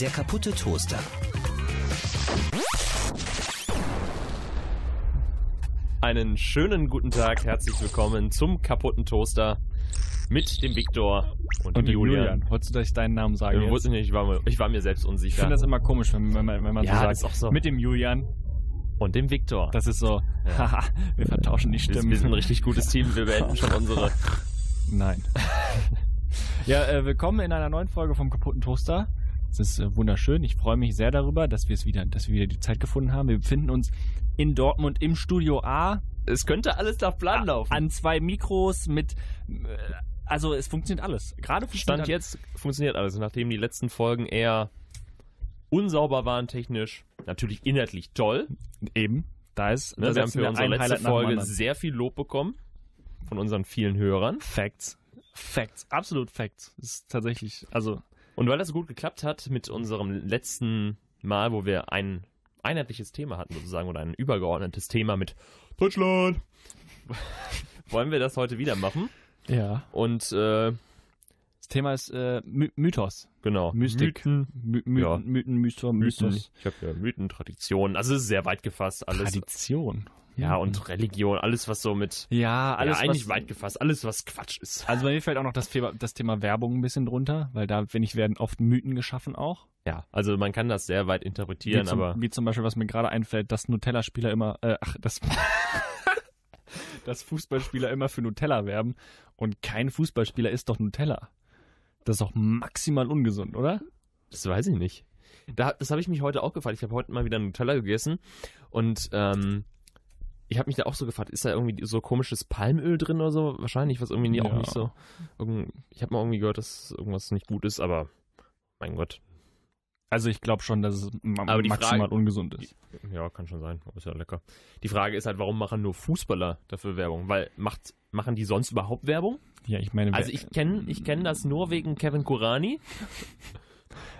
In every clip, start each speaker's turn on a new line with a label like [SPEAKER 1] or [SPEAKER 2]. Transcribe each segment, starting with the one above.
[SPEAKER 1] Der kaputte Toaster.
[SPEAKER 2] Einen schönen guten Tag, herzlich willkommen zum kaputten Toaster mit dem Viktor und, dem
[SPEAKER 3] dem
[SPEAKER 2] Julian.
[SPEAKER 3] Wolltest du, dass ich deinen Namen sage?
[SPEAKER 2] Ich,
[SPEAKER 3] jetzt?
[SPEAKER 2] wusste nicht, ich, war mir, ich war mir selbst unsicher.
[SPEAKER 3] Ich finde das immer komisch, wenn, wenn man, wenn man
[SPEAKER 2] Ja,
[SPEAKER 3] so sagt.
[SPEAKER 2] ist auch so.
[SPEAKER 3] Mit dem Julian,
[SPEAKER 2] und dem Viktor.
[SPEAKER 3] das ist so,
[SPEAKER 2] Ja.
[SPEAKER 3] haha, wir vertauschen die
[SPEAKER 2] wir,
[SPEAKER 3] Stimmen.
[SPEAKER 2] wir sind ein richtig gutes Team, wir beenden schon unsere.
[SPEAKER 3] Nein. ja, äh, willkommen in einer neuen Folge vom kaputten Toaster. Es ist äh, wunderschön. Ich freue mich sehr darüber, dass wir es wieder, dass wir wieder die Zeit gefunden haben. Wir befinden uns in Dortmund im Studio A
[SPEAKER 2] Es könnte alles nach Plan laufen.
[SPEAKER 3] Ah, an zwei Mikros mit. äh, Also es funktioniert alles. Gerade funktioniert halt
[SPEAKER 2] Stand jetzt funktioniert alles, nachdem die letzten Folgen eher unsauber waren technisch. Natürlich inhaltlich toll.
[SPEAKER 3] alles. eben. Da ist
[SPEAKER 2] Ne?
[SPEAKER 3] da
[SPEAKER 2] Wir haben
[SPEAKER 3] setzen
[SPEAKER 2] für unsere
[SPEAKER 3] ein
[SPEAKER 2] letzte
[SPEAKER 3] Highlight nach dem
[SPEAKER 2] Folge
[SPEAKER 3] anderen.
[SPEAKER 2] sehr viel Lob bekommen von unseren vielen Hörern.
[SPEAKER 3] Facts. Facts. Absolut Facts. Das ist tatsächlich, also
[SPEAKER 2] Und weil das so gut geklappt hat mit unserem letzten Mal, wo wir ein einheitliches Thema hatten, sozusagen, oder ein übergeordnetes Thema mit Deutschland, wollen wir das heute wieder machen.
[SPEAKER 3] ja.
[SPEAKER 2] Und äh,
[SPEAKER 3] Das Thema ist äh, My Mythos.
[SPEAKER 2] genau.
[SPEAKER 3] Mystik.
[SPEAKER 2] Mythen,
[SPEAKER 3] My My
[SPEAKER 2] Ja.
[SPEAKER 3] Mythen, Mythos,
[SPEAKER 2] Mythen.
[SPEAKER 3] Mythos.
[SPEAKER 2] Ich habe ja Mythen, Traditionen. Also es ist sehr weit gefasst alles.
[SPEAKER 3] Tradition. Mhm.
[SPEAKER 2] ja, und Religion, alles was so mit
[SPEAKER 3] ja, alles
[SPEAKER 2] ja, eigentlich
[SPEAKER 3] was,
[SPEAKER 2] weit gefasst, alles was Quatsch ist.
[SPEAKER 3] Also bei mir fällt auch noch das, Thema- das Thema Werbung ein bisschen drunter, weil da, finde ich, werden oft Mythen geschaffen auch.
[SPEAKER 2] Ja, also man kann das sehr weit
[SPEAKER 3] Wie
[SPEAKER 2] interpretieren,
[SPEAKER 3] zum,
[SPEAKER 2] aber
[SPEAKER 3] wie zum Beispiel, was mir gerade einfällt, dass Nutella-Spieler immer, äh, ach, das... dass Fußballspieler immer für Nutella werben und kein Fußballspieler isst doch Nutella. Das ist doch maximal ungesund, oder?
[SPEAKER 2] das weiß ich nicht. Da, das habe ich mich heute auch gefragt. Ich habe heute mal wieder Nutella gegessen und ähm, ich habe mich da auch so gefragt, ist da irgendwie so komisches Palmöl drin oder so? Wahrscheinlich, was irgendwie nie, auch
[SPEAKER 3] Ja.
[SPEAKER 2] nicht so. irgend- Ich habe mal irgendwie gehört, dass irgendwas nicht gut ist, aber mein Gott.
[SPEAKER 3] Also ich glaube schon, dass es ma
[SPEAKER 2] Aber die
[SPEAKER 3] maximal
[SPEAKER 2] Frage-
[SPEAKER 3] ungesund ist.
[SPEAKER 2] Ja, kann schon sein. Aber ist ja lecker. Die Frage ist halt, warum machen nur Fußballer dafür Werbung? Weil macht, machen die sonst überhaupt Werbung?
[SPEAKER 3] Ja, ich meine,
[SPEAKER 2] Also
[SPEAKER 3] wer-
[SPEAKER 2] ich kenne ich kenn das nur wegen Kevin Kurani.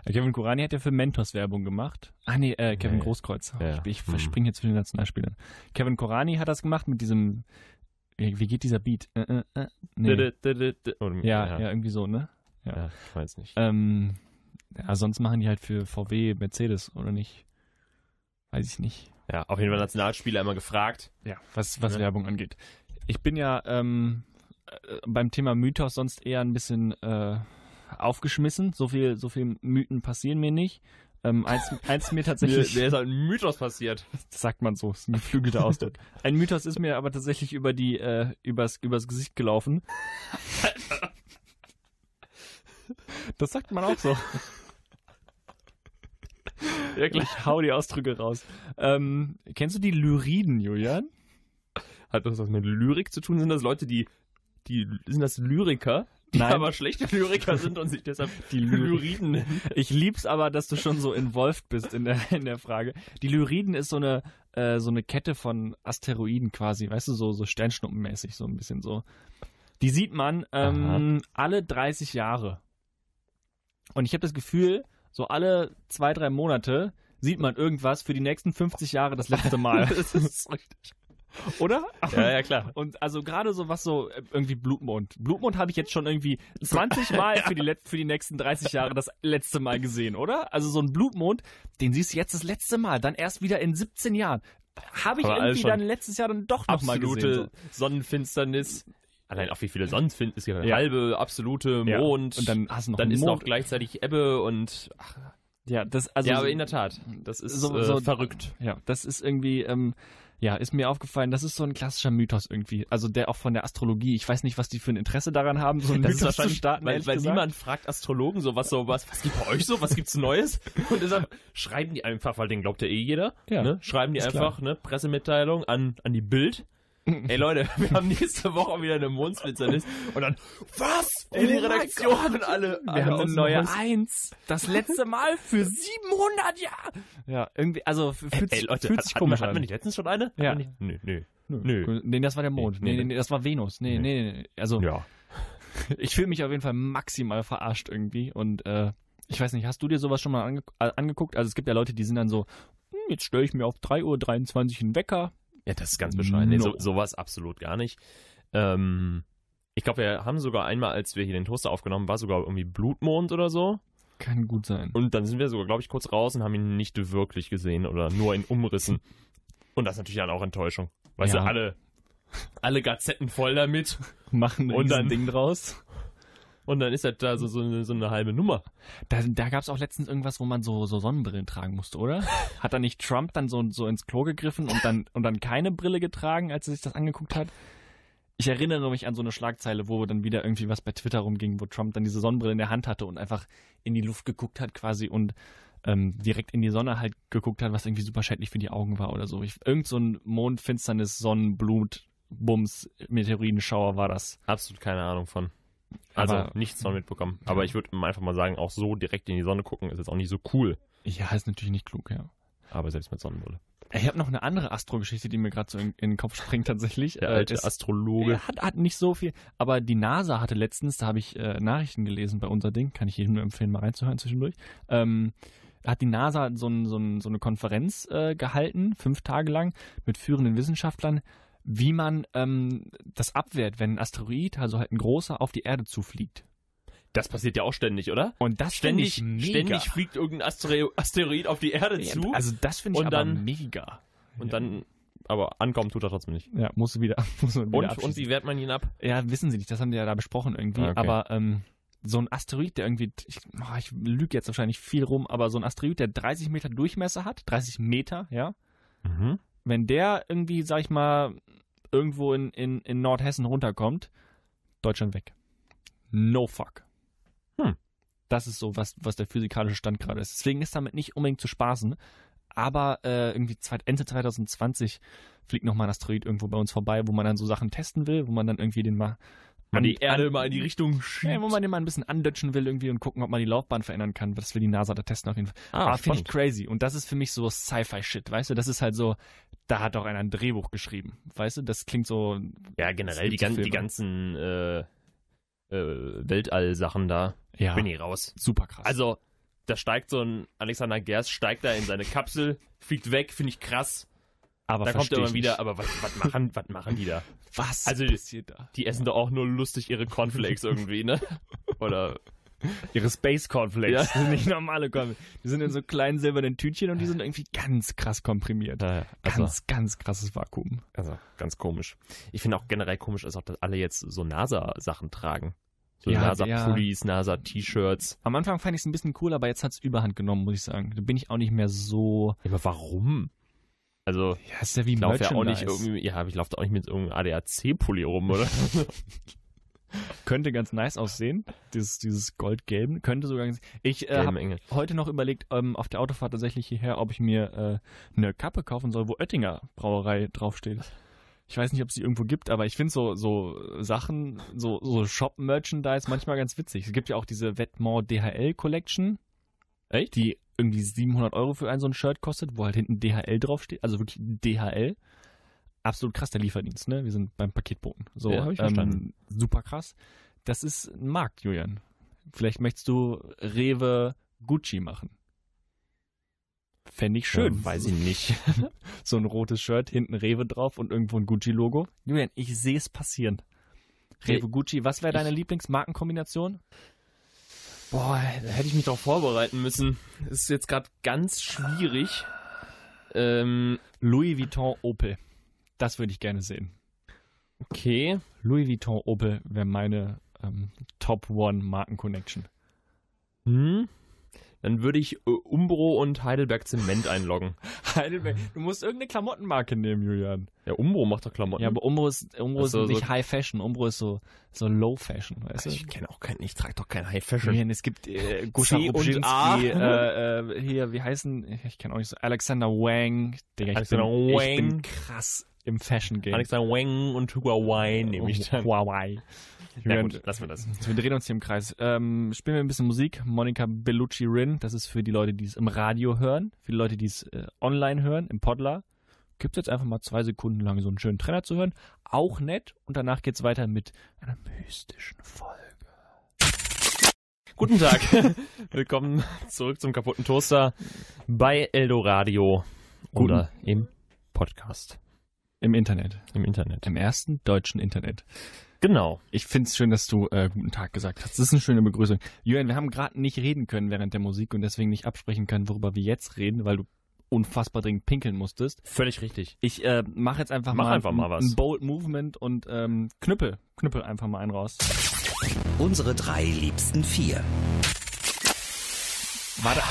[SPEAKER 3] Äh, Kevin Kurani hat ja für Mentos Werbung gemacht. Ah nee, äh, Kevin
[SPEAKER 2] Nee.
[SPEAKER 3] Großkreuz.
[SPEAKER 2] Ja.
[SPEAKER 3] Ich, ich
[SPEAKER 2] Hm.
[SPEAKER 3] verspringe jetzt für den Nationalspielern. Kevin Kurani hat das gemacht mit diesem, wie, wie geht dieser Beat? Äh, äh, äh, nee.
[SPEAKER 2] Oder-
[SPEAKER 3] Ja, ja, irgendwie so, ne?
[SPEAKER 2] Ja, ich weiß nicht.
[SPEAKER 3] Ähm, ja, sonst machen die halt für VW, Mercedes oder nicht? Weiß ich nicht.
[SPEAKER 2] Ja, auf jeden Fall Nationalspieler immer gefragt.
[SPEAKER 3] Ja, was, was
[SPEAKER 2] Ne?
[SPEAKER 3] Werbung angeht. Ich bin ja ähm, äh, beim Thema Mythos sonst eher ein bisschen äh, aufgeschmissen. So viel, so viel Mythen passieren mir nicht. Ähm, eins, eins mir
[SPEAKER 2] Mir, mir
[SPEAKER 3] tatsächlich,
[SPEAKER 2] ist halt ein Mythos passiert.
[SPEAKER 3] das sagt man so, ist ein geflügelter Ausdruck. Ein Mythos ist mir aber tatsächlich über die, äh, übers, übers Gesicht gelaufen. Das sagt man auch so.
[SPEAKER 2] Wirklich.
[SPEAKER 3] Ich hau die Ausdrücke raus. Ähm, kennst du die Lyriden, Julian?
[SPEAKER 2] Hat das was mit Lyrik zu tun? Sind das Leute, die, die sind das Lyriker? Die
[SPEAKER 3] Nein.
[SPEAKER 2] aber schlechte Lyriker sind und sich deshalb
[SPEAKER 3] Die
[SPEAKER 2] Lyriden nennen.
[SPEAKER 3] Ich lieb's aber, dass du schon so involved bist in der, in der Frage. Die Lyriden ist so eine, äh, so eine Kette von Asteroiden quasi, weißt du, so, so Sternschnuppenmäßig, so ein bisschen so. Die sieht man ähm, alle 30 Jahre. Und ich habe das Gefühl, so alle zwei, drei Monate sieht man irgendwas für die nächsten 50 Jahre das letzte Mal.
[SPEAKER 2] Das ist richtig.
[SPEAKER 3] Oder?
[SPEAKER 2] Ja, ja, klar.
[SPEAKER 3] Und also gerade so was so äh, irgendwie Blutmond. Blutmond habe ich jetzt schon irgendwie 20 Mal für die, let- für die nächsten 30 Jahre das letzte Mal gesehen, oder? Also so ein Blutmond, den siehst du jetzt das letzte Mal, dann erst wieder in 17 Jahren. Habe ich
[SPEAKER 2] Aber alles
[SPEAKER 3] irgendwie
[SPEAKER 2] schon
[SPEAKER 3] dann letztes Jahr dann doch nochmal gesehen. So.
[SPEAKER 2] Absolute Sonnenfinsternis. Allein auch wie viele Sonnenfinsternis. Es gibt
[SPEAKER 3] Ja.
[SPEAKER 2] halbe, absolute,
[SPEAKER 3] Ja.
[SPEAKER 2] Mond.
[SPEAKER 3] Und dann hast du noch
[SPEAKER 2] dann
[SPEAKER 3] einen
[SPEAKER 2] ist
[SPEAKER 3] Mond.
[SPEAKER 2] noch gleichzeitig Ebbe und. Ach,
[SPEAKER 3] ja, das, also
[SPEAKER 2] ja,
[SPEAKER 3] so-
[SPEAKER 2] aber in der Tat. Das ist
[SPEAKER 3] so-
[SPEAKER 2] äh,
[SPEAKER 3] so-
[SPEAKER 2] verrückt.
[SPEAKER 3] Ja, das ist irgendwie, ähm, ja, ist mir aufgefallen, das ist so ein klassischer Mythos irgendwie. Also der auch von der Astrologie. Ich weiß nicht, was die für ein Interesse daran haben, so einen
[SPEAKER 2] Das ist
[SPEAKER 3] Mythos zu
[SPEAKER 2] wahrscheinlich,
[SPEAKER 3] starten.
[SPEAKER 2] weil,
[SPEAKER 3] ehrlich
[SPEAKER 2] weil
[SPEAKER 3] gesagt.
[SPEAKER 2] niemand fragt Astrologen so was, so was, was gibt bei euch so, was gibt's Neues? Und deshalb schreiben die einfach, weil den glaubt ja eh jeder,
[SPEAKER 3] Ja,
[SPEAKER 2] ne? schreiben die
[SPEAKER 3] ist
[SPEAKER 2] einfach ne, Pressemitteilung an, an die Bild. Ey Leute, wir haben nächste Woche wieder eine Mondfinsternis und dann, was? In die
[SPEAKER 3] Oh mein
[SPEAKER 2] Redaktion und alle, alle
[SPEAKER 3] Wir haben eine
[SPEAKER 2] aus dem
[SPEAKER 3] neue
[SPEAKER 2] Haus.
[SPEAKER 3] Eins. Das letzte Mal für 700 Jahre. Ja, irgendwie, also f- fühlt
[SPEAKER 2] Ey
[SPEAKER 3] sich,
[SPEAKER 2] Leute,
[SPEAKER 3] fühlt
[SPEAKER 2] hat,
[SPEAKER 3] sich
[SPEAKER 2] hatten, wir,
[SPEAKER 3] komisch
[SPEAKER 2] hatten wir
[SPEAKER 3] an.
[SPEAKER 2] nicht letztens schon eine? Hatten
[SPEAKER 3] Ja.
[SPEAKER 2] wir Nicht? Nö, nö, nö.
[SPEAKER 3] Nee, das war der Mond.
[SPEAKER 2] Nee,
[SPEAKER 3] Nee,
[SPEAKER 2] nee.
[SPEAKER 3] nee, das war Venus. Nee, nee, nee. nee. Also,
[SPEAKER 2] Ja.
[SPEAKER 3] ich fühle mich auf jeden Fall maximal verarscht irgendwie. Und äh, ich weiß nicht, hast du dir sowas schon mal ange äh, angeguckt? Also, es gibt ja Leute, die sind dann so, "Hm, jetzt stelle ich mir auf 3.23 Uhr einen Wecker.
[SPEAKER 2] Ja, das ist ganz bescheiden. Nee, so,
[SPEAKER 3] No.
[SPEAKER 2] sowas absolut gar nicht. Ähm, ich glaube, wir haben sogar einmal, als wir hier den Toaster aufgenommen, war sogar irgendwie Blutmond oder so.
[SPEAKER 3] Kann gut sein.
[SPEAKER 2] Und dann sind wir sogar, glaube ich, kurz raus und haben ihn nicht wirklich gesehen oder nur in Umrissen. Und das ist natürlich dann auch Enttäuschung. Weißt
[SPEAKER 3] Ja.
[SPEAKER 2] du, alle, alle Gazetten voll damit.
[SPEAKER 3] Machen
[SPEAKER 2] Und dann-
[SPEAKER 3] ein Ding draus.
[SPEAKER 2] Und dann ist das da so, so, eine, so eine halbe Nummer.
[SPEAKER 3] Da, da gab es auch letztens irgendwas, wo man so, so Sonnenbrillen tragen musste, oder? Hat da nicht Trump dann so, so ins Klo gegriffen und dann, und dann keine Brille getragen, als er sich das angeguckt hat? Ich erinnere mich an so eine Schlagzeile, wo dann wieder irgendwie was bei Twitter rumging, wo Trump dann diese Sonnenbrille in der Hand hatte und einfach in die Luft geguckt hat quasi und ähm, direkt in die Sonne halt geguckt hat, was irgendwie super schädlich für die Augen war oder so. Ich, irgend so ein Mondfinsternis, Sonnenblut, Bums, Meteoridenschauer war das.
[SPEAKER 2] Absolut keine Ahnung von. Also
[SPEAKER 3] Aber-
[SPEAKER 2] nichts von mitbekommen. Aber ich würde einfach mal sagen, auch so direkt in die Sonne gucken ist jetzt auch nicht so cool.
[SPEAKER 3] Ja, ist natürlich nicht klug, ja.
[SPEAKER 2] Aber selbst mit Sonnenbrille.
[SPEAKER 3] Ich habe noch eine andere Astro-Geschichte, die mir gerade so in, in den Kopf springt tatsächlich.
[SPEAKER 2] Der
[SPEAKER 3] Äh,
[SPEAKER 2] alte
[SPEAKER 3] ist-
[SPEAKER 2] Astrologe.
[SPEAKER 3] Ja, hat, hat nicht so viel. Aber die NASA hatte letztens, da habe ich äh, Nachrichten gelesen bei unser Ding, kann ich jedem nur empfehlen, mal reinzuhören zwischendurch. Ähm, hat die NASA so, ein, so, ein, so eine Konferenz äh, gehalten, fünf Tage lang, mit führenden Wissenschaftlern, wie man ähm, das abwehrt, wenn ein Asteroid, also halt ein großer, auf die Erde zufliegt.
[SPEAKER 2] Das passiert ja auch ständig, oder?
[SPEAKER 3] Und das finde
[SPEAKER 2] Ständig,
[SPEAKER 3] ich mega.
[SPEAKER 2] ständig fliegt irgendein Astero Asteroid auf die Erde zu.
[SPEAKER 3] Ja, Also das finde
[SPEAKER 2] Und
[SPEAKER 3] ich aber
[SPEAKER 2] dann-
[SPEAKER 3] mega.
[SPEAKER 2] und dann, aber ankommen tut er trotzdem nicht.
[SPEAKER 3] Ja, musst du wieder. Musst du wieder
[SPEAKER 2] Und,
[SPEAKER 3] abschießen.
[SPEAKER 2] und wie wehrt man ihn ab?
[SPEAKER 3] Ja, wissen sie nicht, das haben die ja da besprochen irgendwie.
[SPEAKER 2] Ah, okay.
[SPEAKER 3] Aber ähm, so ein Asteroid, der irgendwie, ich, oh, ich lüge jetzt wahrscheinlich viel rum, aber so ein Asteroid, der 30 Meter Durchmesser hat, 30 Meter, ja,
[SPEAKER 2] Mhm.
[SPEAKER 3] wenn der irgendwie, sag ich mal, irgendwo in, in, in Nordhessen runterkommt, Deutschland weg. No fuck.
[SPEAKER 2] Hm.
[SPEAKER 3] Das ist so, was, was der physikalische Stand gerade ist. Deswegen ist damit nicht unbedingt zu spaßen. Aber äh, irgendwie zweit, Ende 2020 fliegt nochmal ein Asteroid irgendwo bei uns vorbei, wo man dann so Sachen testen will, wo man dann irgendwie den mal.
[SPEAKER 2] Man
[SPEAKER 3] an-
[SPEAKER 2] die Erde
[SPEAKER 3] an-
[SPEAKER 2] mal in die Richtung
[SPEAKER 3] Ja,
[SPEAKER 2] schiebt.
[SPEAKER 3] wo man den mal ein bisschen andötschen will irgendwie und gucken, ob man die Laufbahn verändern kann. Das will die NASA da testen auf jeden Fall. Ah, finde ich
[SPEAKER 2] spannend.
[SPEAKER 3] crazy. Und das ist für mich so Sci-Fi-Shit, weißt du? Das ist halt so, da hat doch einer ein Drehbuch geschrieben, weißt du? Das klingt so,
[SPEAKER 2] ja
[SPEAKER 3] Es
[SPEAKER 2] generell
[SPEAKER 3] gibt
[SPEAKER 2] die, gan
[SPEAKER 3] so
[SPEAKER 2] die
[SPEAKER 3] Filme.
[SPEAKER 2] ganzen äh, äh, Weltall-Sachen da.
[SPEAKER 3] ja,
[SPEAKER 2] Bin ich raus.
[SPEAKER 3] super krass.
[SPEAKER 2] Also, da steigt so ein Alexander Gerst, steigt da in seine Kapsel, fliegt weg, finde ich krass.
[SPEAKER 3] aber
[SPEAKER 2] da kommt
[SPEAKER 3] Oh, versteh
[SPEAKER 2] er
[SPEAKER 3] ich
[SPEAKER 2] immer wieder,
[SPEAKER 3] nicht.
[SPEAKER 2] aber was, was, machen, was machen die da?
[SPEAKER 3] was
[SPEAKER 2] also-
[SPEAKER 3] passiert da?
[SPEAKER 2] Die essen doch auch nur lustig ihre Cornflakes irgendwie, ne? Oder
[SPEAKER 3] Ihre Space-Cornflakes,
[SPEAKER 2] Ja.
[SPEAKER 3] das sind nicht normale Cornflakes. Die sind in so kleinen silbernen Tütchen und die sind irgendwie ganz krass komprimiert.
[SPEAKER 2] also,
[SPEAKER 3] Ganz, ganz krasses Vakuum.
[SPEAKER 2] also ganz komisch. Ich finde auch generell komisch, ist auch, dass alle jetzt so NASA-Sachen tragen. So
[SPEAKER 3] Ja,
[SPEAKER 2] NASA-Pullis, NASA-T-Shirts.
[SPEAKER 3] Am Anfang fand ich es ein bisschen cool, aber jetzt hat es überhand genommen, muss ich sagen. Da bin ich auch nicht mehr so...
[SPEAKER 2] Aber warum? Also,
[SPEAKER 3] Ja, ist ja wie
[SPEAKER 2] ich laufe ja auch nicht
[SPEAKER 3] Merchandise.
[SPEAKER 2] irgendwie, ja, ich laufe da auch nicht mit irgendeinem ADAC-Pulli rum, oder?
[SPEAKER 3] Könnte ganz nice aussehen, dieses, dieses goldgelben. Könnte sogar... ganz- Ich äh, habe
[SPEAKER 2] Gelben Engel.
[SPEAKER 3] heute noch überlegt, ähm, auf der Autofahrt tatsächlich hierher, ob ich mir äh, eine Kappe kaufen soll, wo Oettinger Brauerei draufsteht. Ich weiß nicht, ob es die irgendwo gibt, aber ich finde so, so Sachen, so, so Shop-Merchandise manchmal ganz witzig. Es gibt ja auch diese Vetements DHL Collection,
[SPEAKER 2] Echt?
[SPEAKER 3] die irgendwie 700 Euro für ein so ein Shirt kostet, wo halt hinten DHL draufsteht, also wirklich DHL. Absolut krass, der Lieferdienst, ne? Wir sind beim Paketboten. So, ähm,
[SPEAKER 2] Ja, hab ich verstanden.
[SPEAKER 3] super krass. Das ist ein Markt, Julian. Vielleicht möchtest du Rewe Gucci machen. Fände ich schön.
[SPEAKER 2] Ja, weiß ich nicht.
[SPEAKER 3] So ein rotes Shirt, hinten Rewe drauf und irgendwo ein Gucci-Logo. Julian, ich sehe es passieren. Rewe Gucci, was wäre deine
[SPEAKER 2] Ich-
[SPEAKER 3] Lieblingsmarkenkombination?
[SPEAKER 2] Boah, da hätte ich mich doch vorbereiten müssen. Ist jetzt gerade ganz schwierig. Ähm,
[SPEAKER 3] Louis Vuitton Opel. Das würde ich gerne sehen.
[SPEAKER 2] okay.
[SPEAKER 3] Louis Vuitton Opel wäre meine ähm, Top One Marken-Connection.
[SPEAKER 2] Hm. Dann würde ich äh, Umbro und Heidelberg Zement einloggen.
[SPEAKER 3] Heidelberg, du musst irgendeine Klamottenmarke nehmen, Julian.
[SPEAKER 2] Ja, Umbro macht doch Klamotten.
[SPEAKER 3] Ja, aber Umbro ist, Umbro
[SPEAKER 2] Also
[SPEAKER 3] ist
[SPEAKER 2] ne? so-
[SPEAKER 3] nicht High Fashion, Umbro ist so, so Low Fashion, weißt
[SPEAKER 2] also
[SPEAKER 3] du?
[SPEAKER 2] ich kenne auch keinen, ich trage doch kein High Fashion.
[SPEAKER 3] Julian, es gibt äh,
[SPEAKER 2] Guscha
[SPEAKER 3] C und
[SPEAKER 2] Rubschinski,
[SPEAKER 3] A. Äh, äh, hier, wie heißen, ich kann auch nicht so, Alexander Wang. Digga, ich
[SPEAKER 2] Alexander
[SPEAKER 3] bin, Ich
[SPEAKER 2] Wang.
[SPEAKER 3] bin krass im Fashion-Game.
[SPEAKER 2] Alexander Wang und Huawei nehme ich dann.
[SPEAKER 3] Huawei.
[SPEAKER 2] Oh, Ja,
[SPEAKER 3] Julian,
[SPEAKER 2] gut, lassen wir das.
[SPEAKER 3] Also Wir drehen uns hier im Kreis. Ähm, spielen wir ein bisschen Musik. Monika Bellucci Rin. Das ist für die Leute, die es im Radio hören. Für die Leute, die es äh, online hören, im Podler. Gibt jetzt einfach mal zwei Sekunden lang so einen schönen Trainer zu hören. Auch nett. Und danach geht's weiter mit einer mystischen Folge.
[SPEAKER 2] Guten Tag. Willkommen zurück zum kaputten Toaster bei Eldoradio.
[SPEAKER 3] Guten-
[SPEAKER 2] Oder im Podcast.
[SPEAKER 3] Im Internet.
[SPEAKER 2] Im Internet.
[SPEAKER 3] Im ersten deutschen Internet.
[SPEAKER 2] Genau.
[SPEAKER 3] Ich finde es schön, dass du äh, guten Tag gesagt hast. Das ist eine schöne Begrüßung. Jürgen, wir haben gerade nicht reden können während der Musik und deswegen nicht absprechen können, worüber wir jetzt reden, weil du unfassbar dringend pinkeln musstest.
[SPEAKER 2] Völlig richtig.
[SPEAKER 3] Ich äh, mache jetzt einfach
[SPEAKER 2] Mach
[SPEAKER 3] mal,
[SPEAKER 2] einfach mal
[SPEAKER 3] ein-
[SPEAKER 2] was.
[SPEAKER 3] ein Bold Movement und ähm, Knüppel. Knüppel einfach mal einen raus.
[SPEAKER 1] Unsere drei liebsten vier.
[SPEAKER 3] Warte,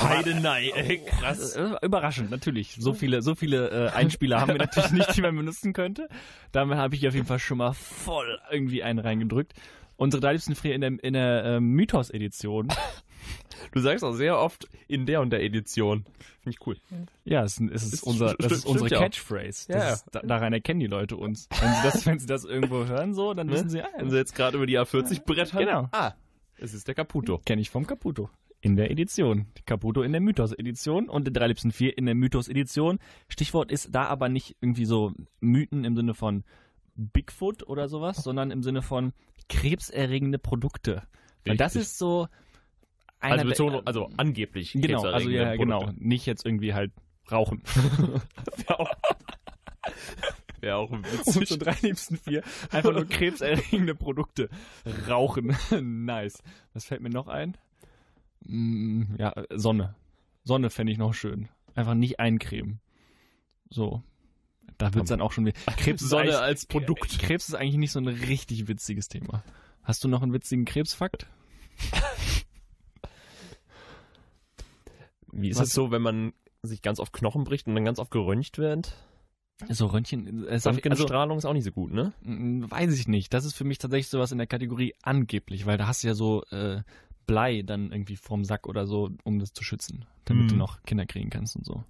[SPEAKER 2] Heidenei, ey, krass.
[SPEAKER 3] Äh, Überraschend, natürlich. So viele, so viele äh, Einspieler haben wir natürlich nicht, die man benutzen könnte. Damit habe ich auf jeden Fall schon mal voll irgendwie einen reingedrückt. Unsere drei liebsten Frier in der, in der äh, Mythos-Edition.
[SPEAKER 2] Du sagst auch sehr oft in der und der Edition. Finde ich cool.
[SPEAKER 3] Ja, es ist, es ist,
[SPEAKER 2] Ist-
[SPEAKER 3] unser, das ist
[SPEAKER 2] stimmt
[SPEAKER 3] unsere
[SPEAKER 2] ja auch.
[SPEAKER 3] Catchphrase. Das
[SPEAKER 2] Ja.
[SPEAKER 3] ist, da, daran erkennen die Leute uns. Wenn sie das, wenn sie das irgendwo hören, so, dann wissen sie, ah,
[SPEAKER 2] Ne? Wenn sie jetzt gerade über die A40 brettern.
[SPEAKER 3] Genau.
[SPEAKER 2] Ah, es ist der Caputo.
[SPEAKER 3] kenne ich vom Caputo. In der Edition. Caputo in der Mythos-Edition und die drei liebsten vier in der Mythos-Edition. Stichwort ist da aber nicht irgendwie so Mythen im Sinne von Bigfoot oder sowas, sondern im Sinne von krebserregende Produkte. Weil das
[SPEAKER 2] Richtig.
[SPEAKER 3] ist so einer
[SPEAKER 2] Also,
[SPEAKER 3] der- äh,
[SPEAKER 2] bezogen, also angeblich.
[SPEAKER 3] genau, also
[SPEAKER 2] krebserregende
[SPEAKER 3] ja, genau,
[SPEAKER 2] Produkte.
[SPEAKER 3] nicht jetzt irgendwie halt rauchen.
[SPEAKER 2] Wäre auch, wär auch witzig.
[SPEAKER 3] unsere drei liebsten vier. Einfach nur krebserregende Produkte. Rauchen. nice. Was fällt mir noch ein? Mm, ja, Sonne. Sonne fände ich noch schön. Einfach nicht eincremen. So. Da wird es dann auch schon wieder. Krebs ist
[SPEAKER 2] Sonne
[SPEAKER 3] eigentlich-
[SPEAKER 2] als Produkt.
[SPEAKER 3] Krebs ist eigentlich nicht so ein richtig witziges Thema. Hast du noch einen witzigen Krebsfakt?
[SPEAKER 2] Wie ist
[SPEAKER 3] Was-
[SPEAKER 2] es so, wenn man sich ganz oft Knochen bricht und dann ganz oft geröntgt wird?
[SPEAKER 3] So Röntgen. Äh, also,
[SPEAKER 2] Röntgenstrahlung ist auch nicht so gut, ne?
[SPEAKER 3] Mm, Weiß ich nicht. Das ist für mich tatsächlich sowas in der Kategorie angeblich, weil da hast du ja so äh, Blei dann irgendwie vom Sack oder so, um das zu schützen, damit
[SPEAKER 2] Mhm.
[SPEAKER 3] du noch Kinder kriegen kannst und so.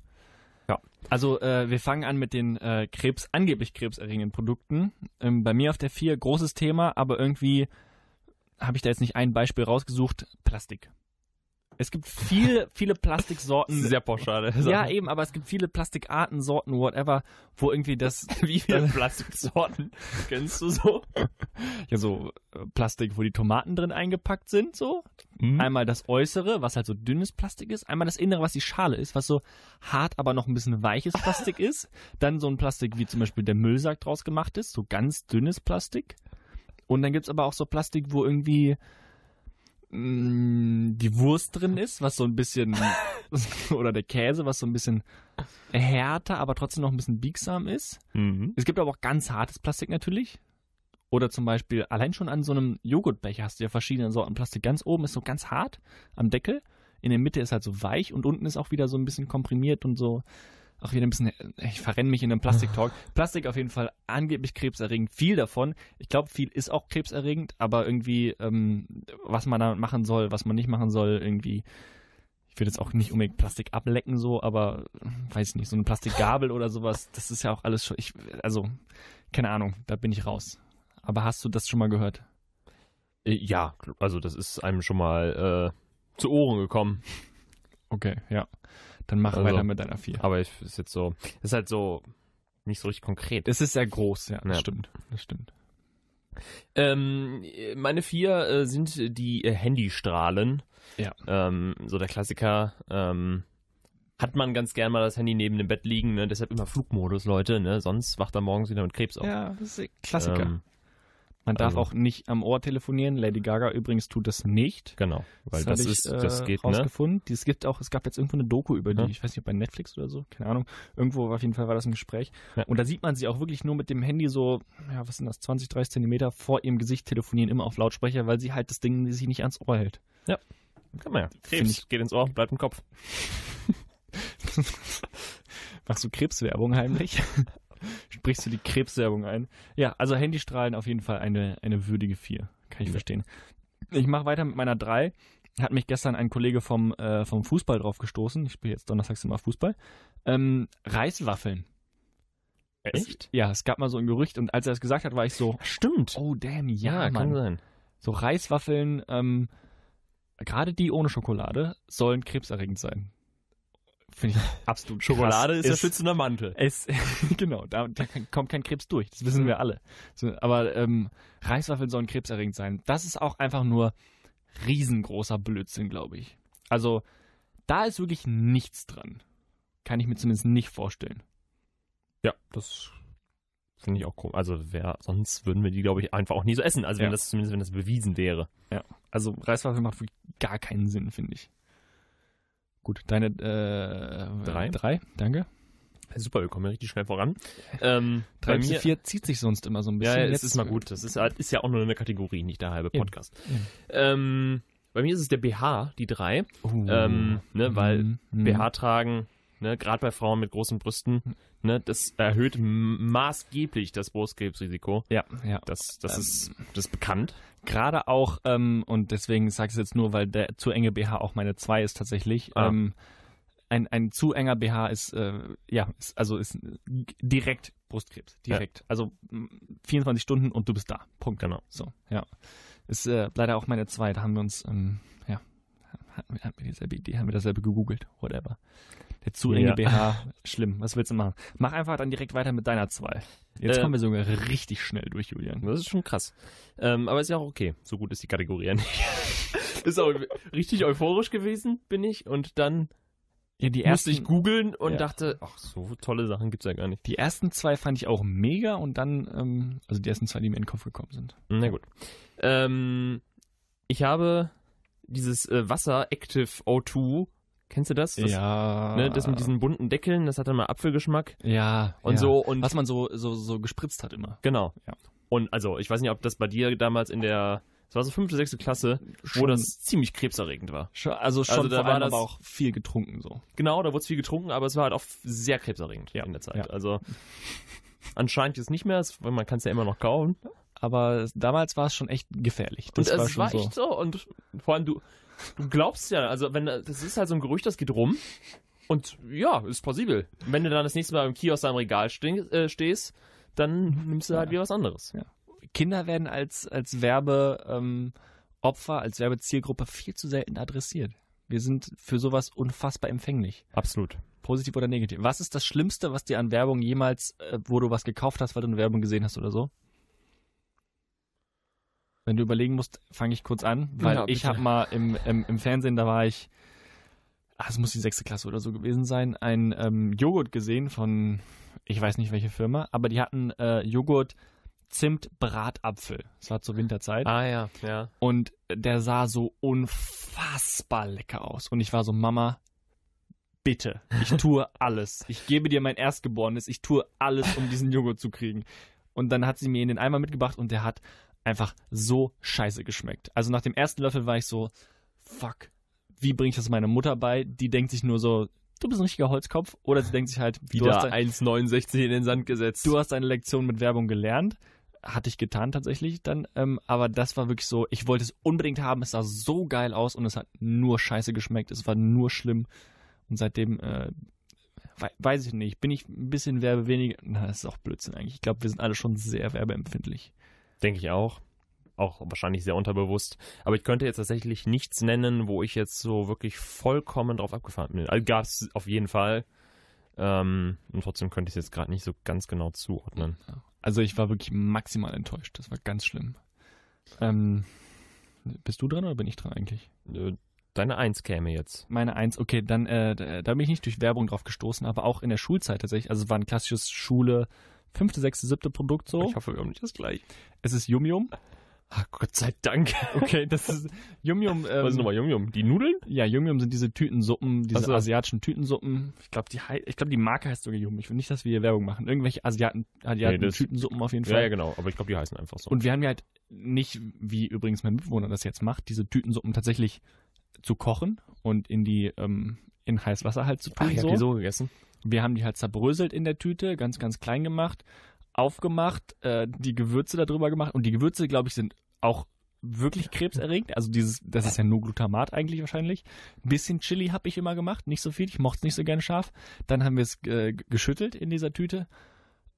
[SPEAKER 2] Ja.
[SPEAKER 3] Also äh, wir fangen an mit den äh, Krebs, angeblich krebserregenden Produkten. Ähm, bei mir auf der 4 großes Thema, aber irgendwie habe ich da jetzt nicht ein Beispiel rausgesucht. Plastik. Es gibt viele, viele Plastiksorten.
[SPEAKER 2] Sehr pauschal.
[SPEAKER 3] ja, eben, aber es gibt viele Plastikarten, Sorten, whatever, wo irgendwie das
[SPEAKER 2] Wie viele Plastiksorten kennst du so?
[SPEAKER 3] ja so äh, Plastik, wo die Tomaten drin eingepackt sind, so.
[SPEAKER 2] Mhm.
[SPEAKER 3] Einmal das Äußere, was halt so dünnes Plastik ist. Einmal das Innere, was die Schale ist, was so hart, aber noch ein bisschen weiches Plastik ist. Dann so ein Plastik, wie zum Beispiel der Müllsack draus gemacht ist, so ganz dünnes Plastik. Und dann gibt's aber auch so Plastik, wo irgendwie mh, die Wurst drin ist, was so ein bisschen, oder der Käse, was so ein bisschen härter, aber trotzdem noch ein bisschen biegsam ist.
[SPEAKER 2] Mhm.
[SPEAKER 3] Es gibt aber auch ganz hartes Plastik natürlich. Oder zum Beispiel, allein schon an so einem Joghurtbecher hast du ja verschiedene Sorten Plastik. Ganz oben ist so ganz hart am Deckel, in der Mitte ist halt so weich und unten ist auch wieder so ein bisschen komprimiert und so auch wieder ein bisschen, ich verrenne mich in einem Plastiktalk. Plastik auf jeden Fall angeblich krebserregend, viel davon. Ich glaube, viel ist auch krebserregend, aber irgendwie, ähm, was man damit machen soll, was man nicht machen soll, irgendwie. Ich würde jetzt auch nicht unbedingt Plastik ablecken, so, aber äh, weiß nicht, so eine Plastikgabel oder sowas, das ist ja auch alles schon, ich, also, keine Ahnung, da bin ich raus. Aber hast du das schon mal gehört?
[SPEAKER 2] Äh, Ja, also das ist einem schon mal äh, zu Ohren gekommen.
[SPEAKER 3] Okay, ja. Dann mach
[SPEAKER 2] Also-
[SPEAKER 3] weiter mit deiner 4.
[SPEAKER 2] Aber ich, ist jetzt so, ist halt so nicht so richtig konkret.
[SPEAKER 3] Es ist sehr groß, ja, das
[SPEAKER 2] Ja.
[SPEAKER 3] stimmt, das stimmt.
[SPEAKER 2] Ähm, meine vier äh, sind die äh, Handystrahlen.
[SPEAKER 3] Ja.
[SPEAKER 2] Ähm, so der Klassiker. Ähm, hat man ganz gern mal das Handy neben dem Bett liegen, ne? deshalb immer Flugmodus, Leute. Ne? Sonst wacht er morgens wieder mit Krebs auf.
[SPEAKER 3] Ja, das ist ein Klassiker.
[SPEAKER 2] Ähm,
[SPEAKER 3] Man darf
[SPEAKER 2] also-
[SPEAKER 3] auch nicht am Ohr telefonieren. Lady Gaga übrigens tut das nicht.
[SPEAKER 2] genau, weil das,
[SPEAKER 3] hab ich,
[SPEAKER 2] ist, das
[SPEAKER 3] äh,
[SPEAKER 2] geht, ne?
[SPEAKER 3] rausgefunden. ne? Es gibt auch, es gab jetzt irgendwo eine Doku über die,
[SPEAKER 2] Ja.
[SPEAKER 3] ich weiß nicht, bei Netflix oder so, keine Ahnung. Irgendwo auf jeden Fall war das ein Gespräch.
[SPEAKER 2] Ja.
[SPEAKER 3] Und da sieht man sie auch wirklich nur mit dem Handy so, ja, was sind das, 20, 30 Zentimeter vor ihrem Gesicht telefonieren, immer auf Lautsprecher, weil sie halt das Ding sich nicht ans Ohr hält.
[SPEAKER 2] Kann man ja.
[SPEAKER 3] Find
[SPEAKER 2] Krebs geht ins Ohr, bleibt im Kopf.
[SPEAKER 3] Machst du Krebswerbung heimlich? Sprichst du die Krebswerbung ein? Ja, also Handystrahlen auf jeden Fall eine, eine würdige 4. Kann ich
[SPEAKER 2] Ja.
[SPEAKER 3] verstehen. Ich mache weiter mit meiner 3. Hat mich gestern ein Kollege vom, äh, vom Fußball drauf gestoßen. Ich spiele jetzt donnerstags immer Fußball. Ähm, Reiswaffeln.
[SPEAKER 2] Echt?
[SPEAKER 3] Ja, es gab mal so ein Gerücht und als er das gesagt hat, war ich so,
[SPEAKER 2] Stimmt.
[SPEAKER 3] oh damn, ja,
[SPEAKER 2] Ja, kann
[SPEAKER 3] Mann.
[SPEAKER 2] sein.
[SPEAKER 3] So Reiswaffeln, ähm, gerade die ohne Schokolade, sollen krebserregend sein. Finde ich absolut krass.
[SPEAKER 2] schützende Mantel.
[SPEAKER 3] Es, genau, da, da kommt kein Krebs durch, das
[SPEAKER 2] Mhm.
[SPEAKER 3] wissen wir alle. So, aber ähm, Reiswaffeln sollen krebserregend sein. Das ist auch einfach nur riesengroßer Blödsinn, glaube ich. Also, da ist wirklich nichts dran. Kann ich mir zumindest nicht vorstellen.
[SPEAKER 2] Ja, das Finde ich auch komisch. Also wer, sonst würden wir die, glaube ich, einfach auch nie so essen. Also
[SPEAKER 3] Ja.
[SPEAKER 2] wenn das zumindest, wenn das bewiesen wäre.
[SPEAKER 3] Ja. Also Reiswaffeln macht wirklich gar keinen Sinn, finde ich. Gut, deine äh,
[SPEAKER 2] Drei?
[SPEAKER 3] Drei, danke.
[SPEAKER 2] Super, wir kommen ja richtig schnell voran. Ähm,
[SPEAKER 3] Drei
[SPEAKER 2] bei
[SPEAKER 3] bis
[SPEAKER 2] mir,
[SPEAKER 3] vier zieht sich sonst immer so ein bisschen.
[SPEAKER 2] ja, ja, es
[SPEAKER 3] Jetzt-
[SPEAKER 2] ist mal gut. Das ist, halt- ist ja auch nur eine Kategorie, nicht der halbe
[SPEAKER 3] Eben.
[SPEAKER 2] Podcast.
[SPEAKER 3] Eben.
[SPEAKER 2] Ähm, bei mir ist es der BH, die drei.
[SPEAKER 3] Uh.
[SPEAKER 2] Ähm, ne, weil
[SPEAKER 3] Mhm. Mhm.
[SPEAKER 2] BH tragen, ne, gerade bei Frauen mit großen Brüsten, ne, das erhöht m- maßgeblich das Brustkrebsrisiko.
[SPEAKER 3] Ja, ja.
[SPEAKER 2] Das, das
[SPEAKER 3] Ähm.
[SPEAKER 2] ist das ist bekannt.
[SPEAKER 3] Gerade auch, ähm, und deswegen sage ich es jetzt nur, weil der zu enge BH auch meine 2 ist tatsächlich.
[SPEAKER 2] Ah.
[SPEAKER 3] Ähm, ein, ein zu enger BH ist, äh, ja, ist, also ist g- direkt Brustkrebs.
[SPEAKER 2] Ja.
[SPEAKER 3] Direkt. Also m, 24 Stunden und du bist da. Punkt.
[SPEAKER 2] Genau.
[SPEAKER 3] So, ja. Ist äh, leider auch meine 2. Da haben wir uns, ähm, ja, hatten wir, hatten wir dieselbe Idee, haben wir dasselbe gegoogelt. Whatever. Der zu enge
[SPEAKER 2] Ja.
[SPEAKER 3] BH, schlimm. Was willst du machen? Mach einfach dann direkt weiter mit deiner 2. Jetzt
[SPEAKER 2] Äh,
[SPEAKER 3] kommen wir sogar richtig schnell durch, Julian.
[SPEAKER 2] Das ist schon krass. Ähm, aber ist ja auch okay. So gut ist die Kategorie ja nicht. ist auch richtig euphorisch gewesen, bin ich. Und dann
[SPEAKER 3] Ja, die
[SPEAKER 2] musste ich googeln und
[SPEAKER 3] Ja.
[SPEAKER 2] dachte, ach, so tolle Sachen gibt's ja gar nicht.
[SPEAKER 3] Die ersten zwei fand ich auch mega und dann, ähm, also die ersten zwei, die mir in den Kopf gekommen sind.
[SPEAKER 2] Na gut. Ähm, ich habe dieses äh, Wasser Active O2. Kennst du das? das
[SPEAKER 3] ja.
[SPEAKER 2] Ne, das mit diesen bunten Deckeln, das hatte mal Apfelgeschmack
[SPEAKER 3] ja,
[SPEAKER 2] und
[SPEAKER 3] ja.
[SPEAKER 2] so. Und
[SPEAKER 3] Was man so, so, so gespritzt hat immer.
[SPEAKER 2] Genau.
[SPEAKER 3] Ja.
[SPEAKER 2] Und also, ich weiß nicht, ob das bei dir damals in der, es war so fünfte, sechste Klasse, wo
[SPEAKER 3] Schon-
[SPEAKER 2] das ziemlich krebserregend war.
[SPEAKER 3] Schon, also schon
[SPEAKER 2] Also da
[SPEAKER 3] vor
[SPEAKER 2] war
[SPEAKER 3] allem
[SPEAKER 2] das-
[SPEAKER 3] aber auch viel getrunken so.
[SPEAKER 2] Genau, da wurde es viel getrunken, aber es war halt auch sehr krebserregend in der Zeit.
[SPEAKER 3] ja.
[SPEAKER 2] Also anscheinend jetzt nicht mehr, es, weil man kann es ja immer noch kaufen.
[SPEAKER 3] Aber damals war es schon echt gefährlich.
[SPEAKER 2] Und
[SPEAKER 3] Das
[SPEAKER 2] es
[SPEAKER 3] war
[SPEAKER 2] war,
[SPEAKER 3] schon so.
[SPEAKER 2] echt so. Und vor allem du, du glaubst ja, also wenn das ist halt so ein Gerücht, das geht rum. Und ja, ist plausibel. Und Wenn du dann das nächste Mal im Kiosk am Regal ste- äh, stehst, dann nimmst du halt
[SPEAKER 3] Ja.
[SPEAKER 2] wieder was anderes.
[SPEAKER 3] Kinder werden als, als Werbeopfer, ähm, Opfer, als Werbezielgruppe viel zu selten adressiert. Wir sind für sowas unfassbar empfänglich.
[SPEAKER 2] Absolut.
[SPEAKER 3] Positiv oder negativ. Was ist das Schlimmste, was dir an Werbung jemals, äh, wo du was gekauft hast, weil du eine Werbung gesehen hast oder so? Wenn du überlegen musst, fange ich kurz an, weil
[SPEAKER 2] Ja,
[SPEAKER 3] ich
[SPEAKER 2] bitte.
[SPEAKER 3] habe mal im, im, im Fernsehen, da war ich, ah, es muss die sechste Klasse oder so gewesen sein, einen ähm, Joghurt gesehen von, ich weiß nicht welche Firma, aber die hatten äh, Joghurt Zimt Bratapfel. Es war zur Winterzeit.
[SPEAKER 2] Ah ja, ja.
[SPEAKER 3] Und der sah so unfassbar lecker aus. Und ich war so, Mama, bitte, ich tue alles. Ich gebe dir mein Erstgeborenes, ich tue alles, um diesen Joghurt zu kriegen. Und dann hat sie mir ihn in den Eimer mitgebracht und der hat einfach so scheiße geschmeckt. Also nach dem ersten Löffel war ich so, fuck, wie bringe ich das meiner Mutter bei? Die denkt sich nur so, du bist ein richtiger Holzkopf. Oder sie denkt sich halt, du hast,
[SPEAKER 2] Wieder
[SPEAKER 3] dein-
[SPEAKER 2] 1,69 in den Sand gesetzt.
[SPEAKER 3] du hast eine Lektion mit Werbung gelernt. Hatte ich getan tatsächlich dann. Ähm, aber das war wirklich so, ich wollte es unbedingt haben. Es sah so geil aus und es hat nur scheiße geschmeckt. Es war nur schlimm. Und seitdem, äh, wei- weiß ich nicht, bin ich ein bisschen werbe weniger. Na, das ist auch Blödsinn eigentlich. Ich glaube, wir sind alle schon sehr werbeempfindlich.
[SPEAKER 2] Denke ich auch. Auch wahrscheinlich sehr unterbewusst. Aber ich könnte jetzt tatsächlich nichts nennen, wo ich jetzt so wirklich vollkommen drauf abgefahren bin. Also gab es auf jeden Fall. Ähm, und trotzdem könnte ich es jetzt gerade nicht so ganz genau zuordnen.
[SPEAKER 3] Also ich war wirklich maximal enttäuscht. Das war ganz schlimm. Ähm, bist du dran oder bin ich dran eigentlich?
[SPEAKER 2] Äh, Deine Eins käme jetzt.
[SPEAKER 3] meine Eins, okay, dann äh, da da bin ich nicht durch Werbung drauf gestoßen, aber auch in der Schulzeit tatsächlich. Also es war ein klassisches Schule, fünfte, sechste, siebte Produkt so. Ah,
[SPEAKER 2] hoffe, wir haben nicht das gleiche.
[SPEAKER 3] Es ist Yum Yum.
[SPEAKER 2] Ach, Gott sei Dank.
[SPEAKER 3] Okay, das ist Yum Yum. Ähm,
[SPEAKER 2] Was ist nochmal Yum Yum? Die Nudeln?
[SPEAKER 3] Ja, Yum Yum sind diese Tütensuppen, diese
[SPEAKER 2] Ach so.
[SPEAKER 3] asiatischen Tütensuppen. Ich glaube, die, hei- ich glaub, die Marke heißt sogar Yum. Yum. Ich will nicht, dass wir hier Werbung machen. Irgendwelche Asiaten, Asiaten
[SPEAKER 2] das-
[SPEAKER 3] Tütensuppen auf jeden Fall.
[SPEAKER 2] Ja, ja, genau. Aber ich glaube, die heißen einfach so.
[SPEAKER 3] Und wir haben ja halt nicht, wie übrigens mein Mitbewohner das jetzt macht, diese Tütensuppen tatsächlich zu kochen und in die ähm, in heißes Wasser halt zu tun.
[SPEAKER 2] Ach, Ah, ich
[SPEAKER 3] so.
[SPEAKER 2] habe die so gegessen.
[SPEAKER 3] Wir haben die halt zerbröselt in der Tüte, ganz, ganz klein gemacht, aufgemacht, äh, die Gewürze darüber gemacht. Und die Gewürze, glaube ich, sind auch wirklich krebserregend. Also dieses, das ist ja nur Glutamat eigentlich wahrscheinlich. Ein bisschen Chili habe ich immer gemacht, nicht so viel, ich mochte es nicht so gern scharf. Dann haben wir es äh, g- geschüttelt in dieser Tüte.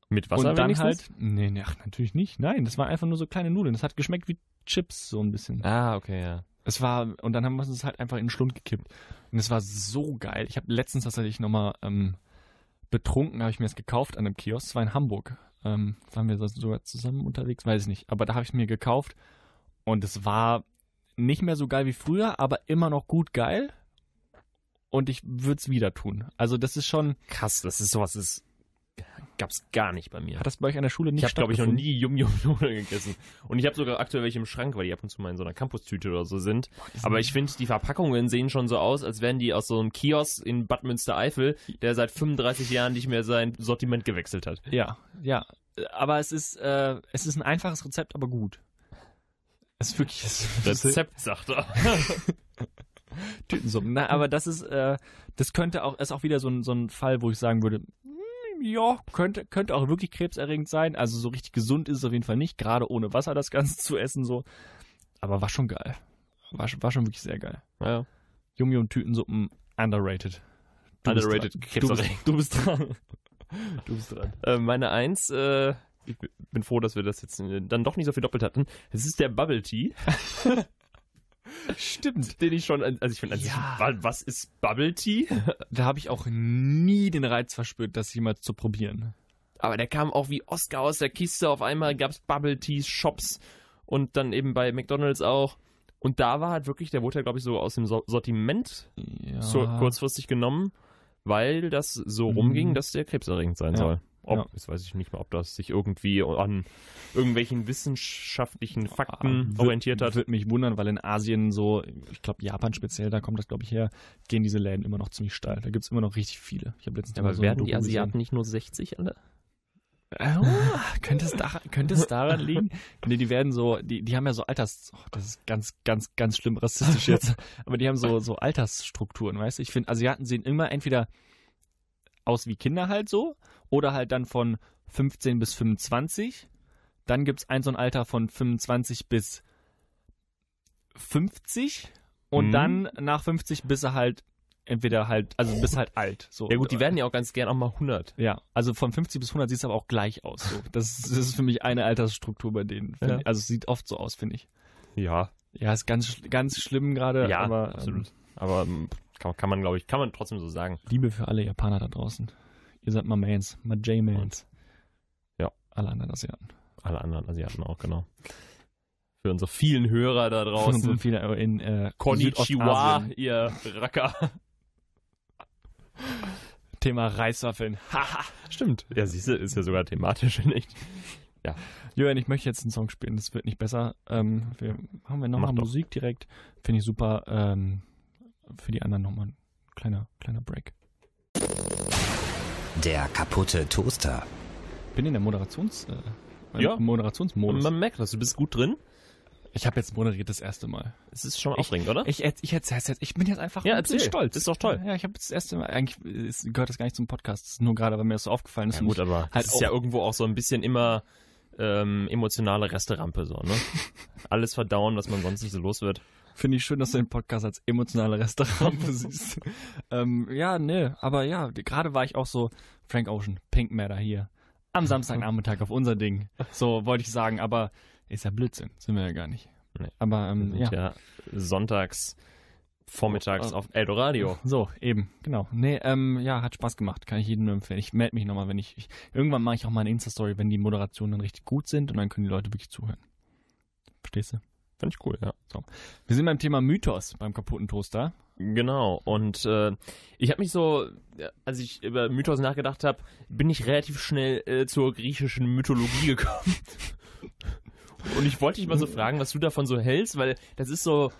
[SPEAKER 2] Mit Wasser
[SPEAKER 3] und dann
[SPEAKER 2] wenigstens?
[SPEAKER 3] halt. Nee, nee, ach, natürlich nicht. Nein, das waren einfach nur so kleine Nudeln. Das hat geschmeckt wie Chips, so ein bisschen.
[SPEAKER 2] Ah, okay, ja.
[SPEAKER 3] Es war, und dann haben wir uns das halt einfach in den Schlund gekippt. Und es war so geil. Ich habe letztens tatsächlich nochmal ähm, betrunken, habe ich mir das gekauft an einem Kiosk. Es war in Hamburg. Ähm, waren wir da sogar zusammen unterwegs? Weiß ich nicht. Aber da habe ich es mir gekauft. Und es war nicht mehr so geil wie früher, aber immer noch gut geil. Und ich würde es wieder tun. Also das ist schon,
[SPEAKER 2] Krass, das ist sowas, ist Gab's gar nicht bei mir.
[SPEAKER 3] Hat das bei euch an der Schule nicht
[SPEAKER 2] Ich habe, glaube ich, noch
[SPEAKER 3] stattgefunden?
[SPEAKER 2] nie Yum Yum Nudeln gegessen. Und ich habe sogar aktuell welche im Schrank, weil die ab und zu mal in so einer Campus-Tüte oder so sind. Aber ich finde, die Verpackungen sehen schon so aus, als wären die aus so einem Kiosk in Bad Münstereifel, der seit 35 Jahren nicht mehr sein Sortiment gewechselt hat.
[SPEAKER 3] Ja, ja. Aber es ist, äh, es ist ein einfaches Rezept, aber gut. Es ist wirklich es ist-
[SPEAKER 2] Rezept, sagt er.
[SPEAKER 3] Tütensuppen. Na, aber das ist, äh, das könnte auch, ist auch wieder so ein, so ein Fall, wo ich sagen würde, mm, ja, könnte, könnte auch wirklich krebserregend sein. Also so richtig gesund ist es auf jeden Fall nicht, gerade ohne Wasser das Ganze zu essen, so. Aber war schon geil. War, schon- war schon wirklich sehr geil.
[SPEAKER 2] Ja.
[SPEAKER 3] Yum Yum Tütensuppen, underrated. Du bist
[SPEAKER 2] Underrated
[SPEAKER 3] dran. Du bist, du bist dran. Du bist dran.
[SPEAKER 2] Äh, meine Eins, äh, ich bin froh, dass wir das jetzt äh, dann doch nicht so viel doppelt hatten. Es ist der Bubble Tea,
[SPEAKER 3] Stimmt.
[SPEAKER 2] den ich schon, also ich finde, also
[SPEAKER 3] Ja.
[SPEAKER 2] wa- was ist Bubble Tea?
[SPEAKER 3] Da habe ich auch nie den Reiz verspürt, das jemals zu probieren.
[SPEAKER 2] Aber der kam auch wie Oscar aus der Kiste. Auf einmal gab es Bubble Teas, Shops und dann eben bei McDonalds auch. Und da war halt wirklich, der wurde ja, glaube ich, so aus dem So- Sortiment
[SPEAKER 3] Ja.
[SPEAKER 2] so kurzfristig genommen, weil das so
[SPEAKER 3] Mhm.
[SPEAKER 2] rumging, dass der krebserregend sein
[SPEAKER 3] Ja.
[SPEAKER 2] soll. Ob,
[SPEAKER 3] Ja.
[SPEAKER 2] Jetzt weiß ich nicht mal, ob das sich irgendwie an irgendwelchen wissenschaftlichen Fakten
[SPEAKER 3] Ah, wür-
[SPEAKER 2] orientiert hat.
[SPEAKER 3] Würde mich wundern, weil in Asien so, ich glaube Japan speziell, da kommt das glaube ich her, gehen diese Läden immer noch ziemlich steil. Da gibt es immer noch richtig viele. Ich habe letztens mal so ein Doku
[SPEAKER 2] nicht nur 60 alle?
[SPEAKER 3] Gesehen. Oh, könnte, es da, könnte es daran liegen? Nee, die werden so, die, die haben ja so Alters, oh, das ist ganz, ganz, ganz schlimm rassistisch jetzt, aber die haben so, so Altersstrukturen, weißt du? Ich finde, Asiaten sehen immer entweder aus wie Kinder halt so oder halt dann von 15 bis 25. Dann gibt es ein so ein Alter von 25 bis 50 und
[SPEAKER 2] Mhm.
[SPEAKER 3] dann nach 50 bis er halt entweder halt, also bis halt alt. So.
[SPEAKER 2] Ja gut, die werden ja auch ganz gern auch mal 100.
[SPEAKER 3] Ja, also von 50 bis 100 sieht es aber auch gleich aus. So. Das, ist- das ist für mich eine Altersstruktur bei denen. find
[SPEAKER 2] Ja.
[SPEAKER 3] ich. Also es sieht oft so aus, finde ich.
[SPEAKER 2] Ja,
[SPEAKER 3] Ja, ist ganz, schl- ganz schlimm gerade,
[SPEAKER 2] ja,
[SPEAKER 3] aber
[SPEAKER 2] absolut.
[SPEAKER 3] Ähm,
[SPEAKER 2] Aber ähm, kann, kann man, glaube ich, kann man trotzdem so sagen.
[SPEAKER 3] Liebe für alle Japaner da draußen. Ihr seid mal Mans, mal J-Mans.
[SPEAKER 2] Ja.
[SPEAKER 3] Alle anderen Asiaten.
[SPEAKER 2] Alle anderen Asiaten auch, genau. Für unsere vielen Hörer da
[SPEAKER 3] Und so
[SPEAKER 2] draußen.
[SPEAKER 3] viele in äh,
[SPEAKER 2] Konnichiwa,
[SPEAKER 3] Südostasien.
[SPEAKER 2] ihr Racker.
[SPEAKER 3] Thema Reiswaffeln.
[SPEAKER 2] Haha. Stimmt. Ja, siehst du, ist ja sogar thematisch nicht.
[SPEAKER 3] Jürgen, ich möchte jetzt einen Song spielen, das wird nicht besser. Ähm, wir haben
[SPEAKER 2] Mach
[SPEAKER 3] wir nochmal
[SPEAKER 2] doch.
[SPEAKER 3] Musik direkt. Finde ich super. Ähm, für die anderen nochmal ein kleiner, kleiner Break.
[SPEAKER 1] Der kaputte Toaster.
[SPEAKER 3] bin in der Moderations äh,
[SPEAKER 2] Ja.
[SPEAKER 3] im Moderationsmodus.
[SPEAKER 2] Man merkt das, du bist gut drin.
[SPEAKER 3] ich habe jetzt moderiert das erste Mal.
[SPEAKER 2] Es ist schon aufregend, oder?
[SPEAKER 3] Ich, ich, ich, erzähl's jetzt, ich bin jetzt einfach
[SPEAKER 2] Ja,
[SPEAKER 3] ein bisschen
[SPEAKER 2] erzähl.
[SPEAKER 3] stolz.
[SPEAKER 2] Ist doch toll.
[SPEAKER 3] Ja, ich habe das erste Mal, eigentlich ist, gehört das gar nicht zum Podcast, ist nur gerade, weil mir das so aufgefallen ist.
[SPEAKER 2] Ja
[SPEAKER 3] und
[SPEAKER 2] gut,
[SPEAKER 3] ich,
[SPEAKER 2] aber
[SPEAKER 3] halt
[SPEAKER 2] es
[SPEAKER 3] auch-
[SPEAKER 2] ist ja irgendwo auch so ein bisschen immer ähm, emotionale Resterampe, so, ne? Alles verdauen, was man sonst nicht so los wird.
[SPEAKER 3] Finde ich schön, dass du den Podcast als emotionale Restaurant siehst. ähm, ja, ne, aber ja, gerade war ich auch so, Frank Ocean, Pink Matter hier. Am Samstagnachmittag auf unser Ding. So wollte ich sagen, aber ist ja Blödsinn, sind wir ja gar nicht.
[SPEAKER 2] Nee.
[SPEAKER 3] Aber ähm, ja.
[SPEAKER 2] Mm, Ja. ja sonntags, vormittags
[SPEAKER 3] Oh,
[SPEAKER 2] auf Eldoradio.
[SPEAKER 3] So, eben, genau. Nee, ähm, ja, hat Spaß gemacht. Kann ich jedem nur empfehlen. Ich melde mich nochmal, wenn ich, ich. Irgendwann mache ich auch mal eine Insta-Story, wenn die Moderationen dann richtig gut sind und dann können die Leute wirklich zuhören. Verstehst du?
[SPEAKER 2] Fand ich cool, ja.
[SPEAKER 3] Wir sind beim Thema Mythos beim kaputten Toaster.
[SPEAKER 2] Genau, und äh, ich habe mich so, ja, als ich über Mythos nachgedacht habe, bin ich relativ schnell äh, zur griechischen Mythologie gekommen. und ich wollte dich mal so fragen, was du davon so hältst, weil das ist so,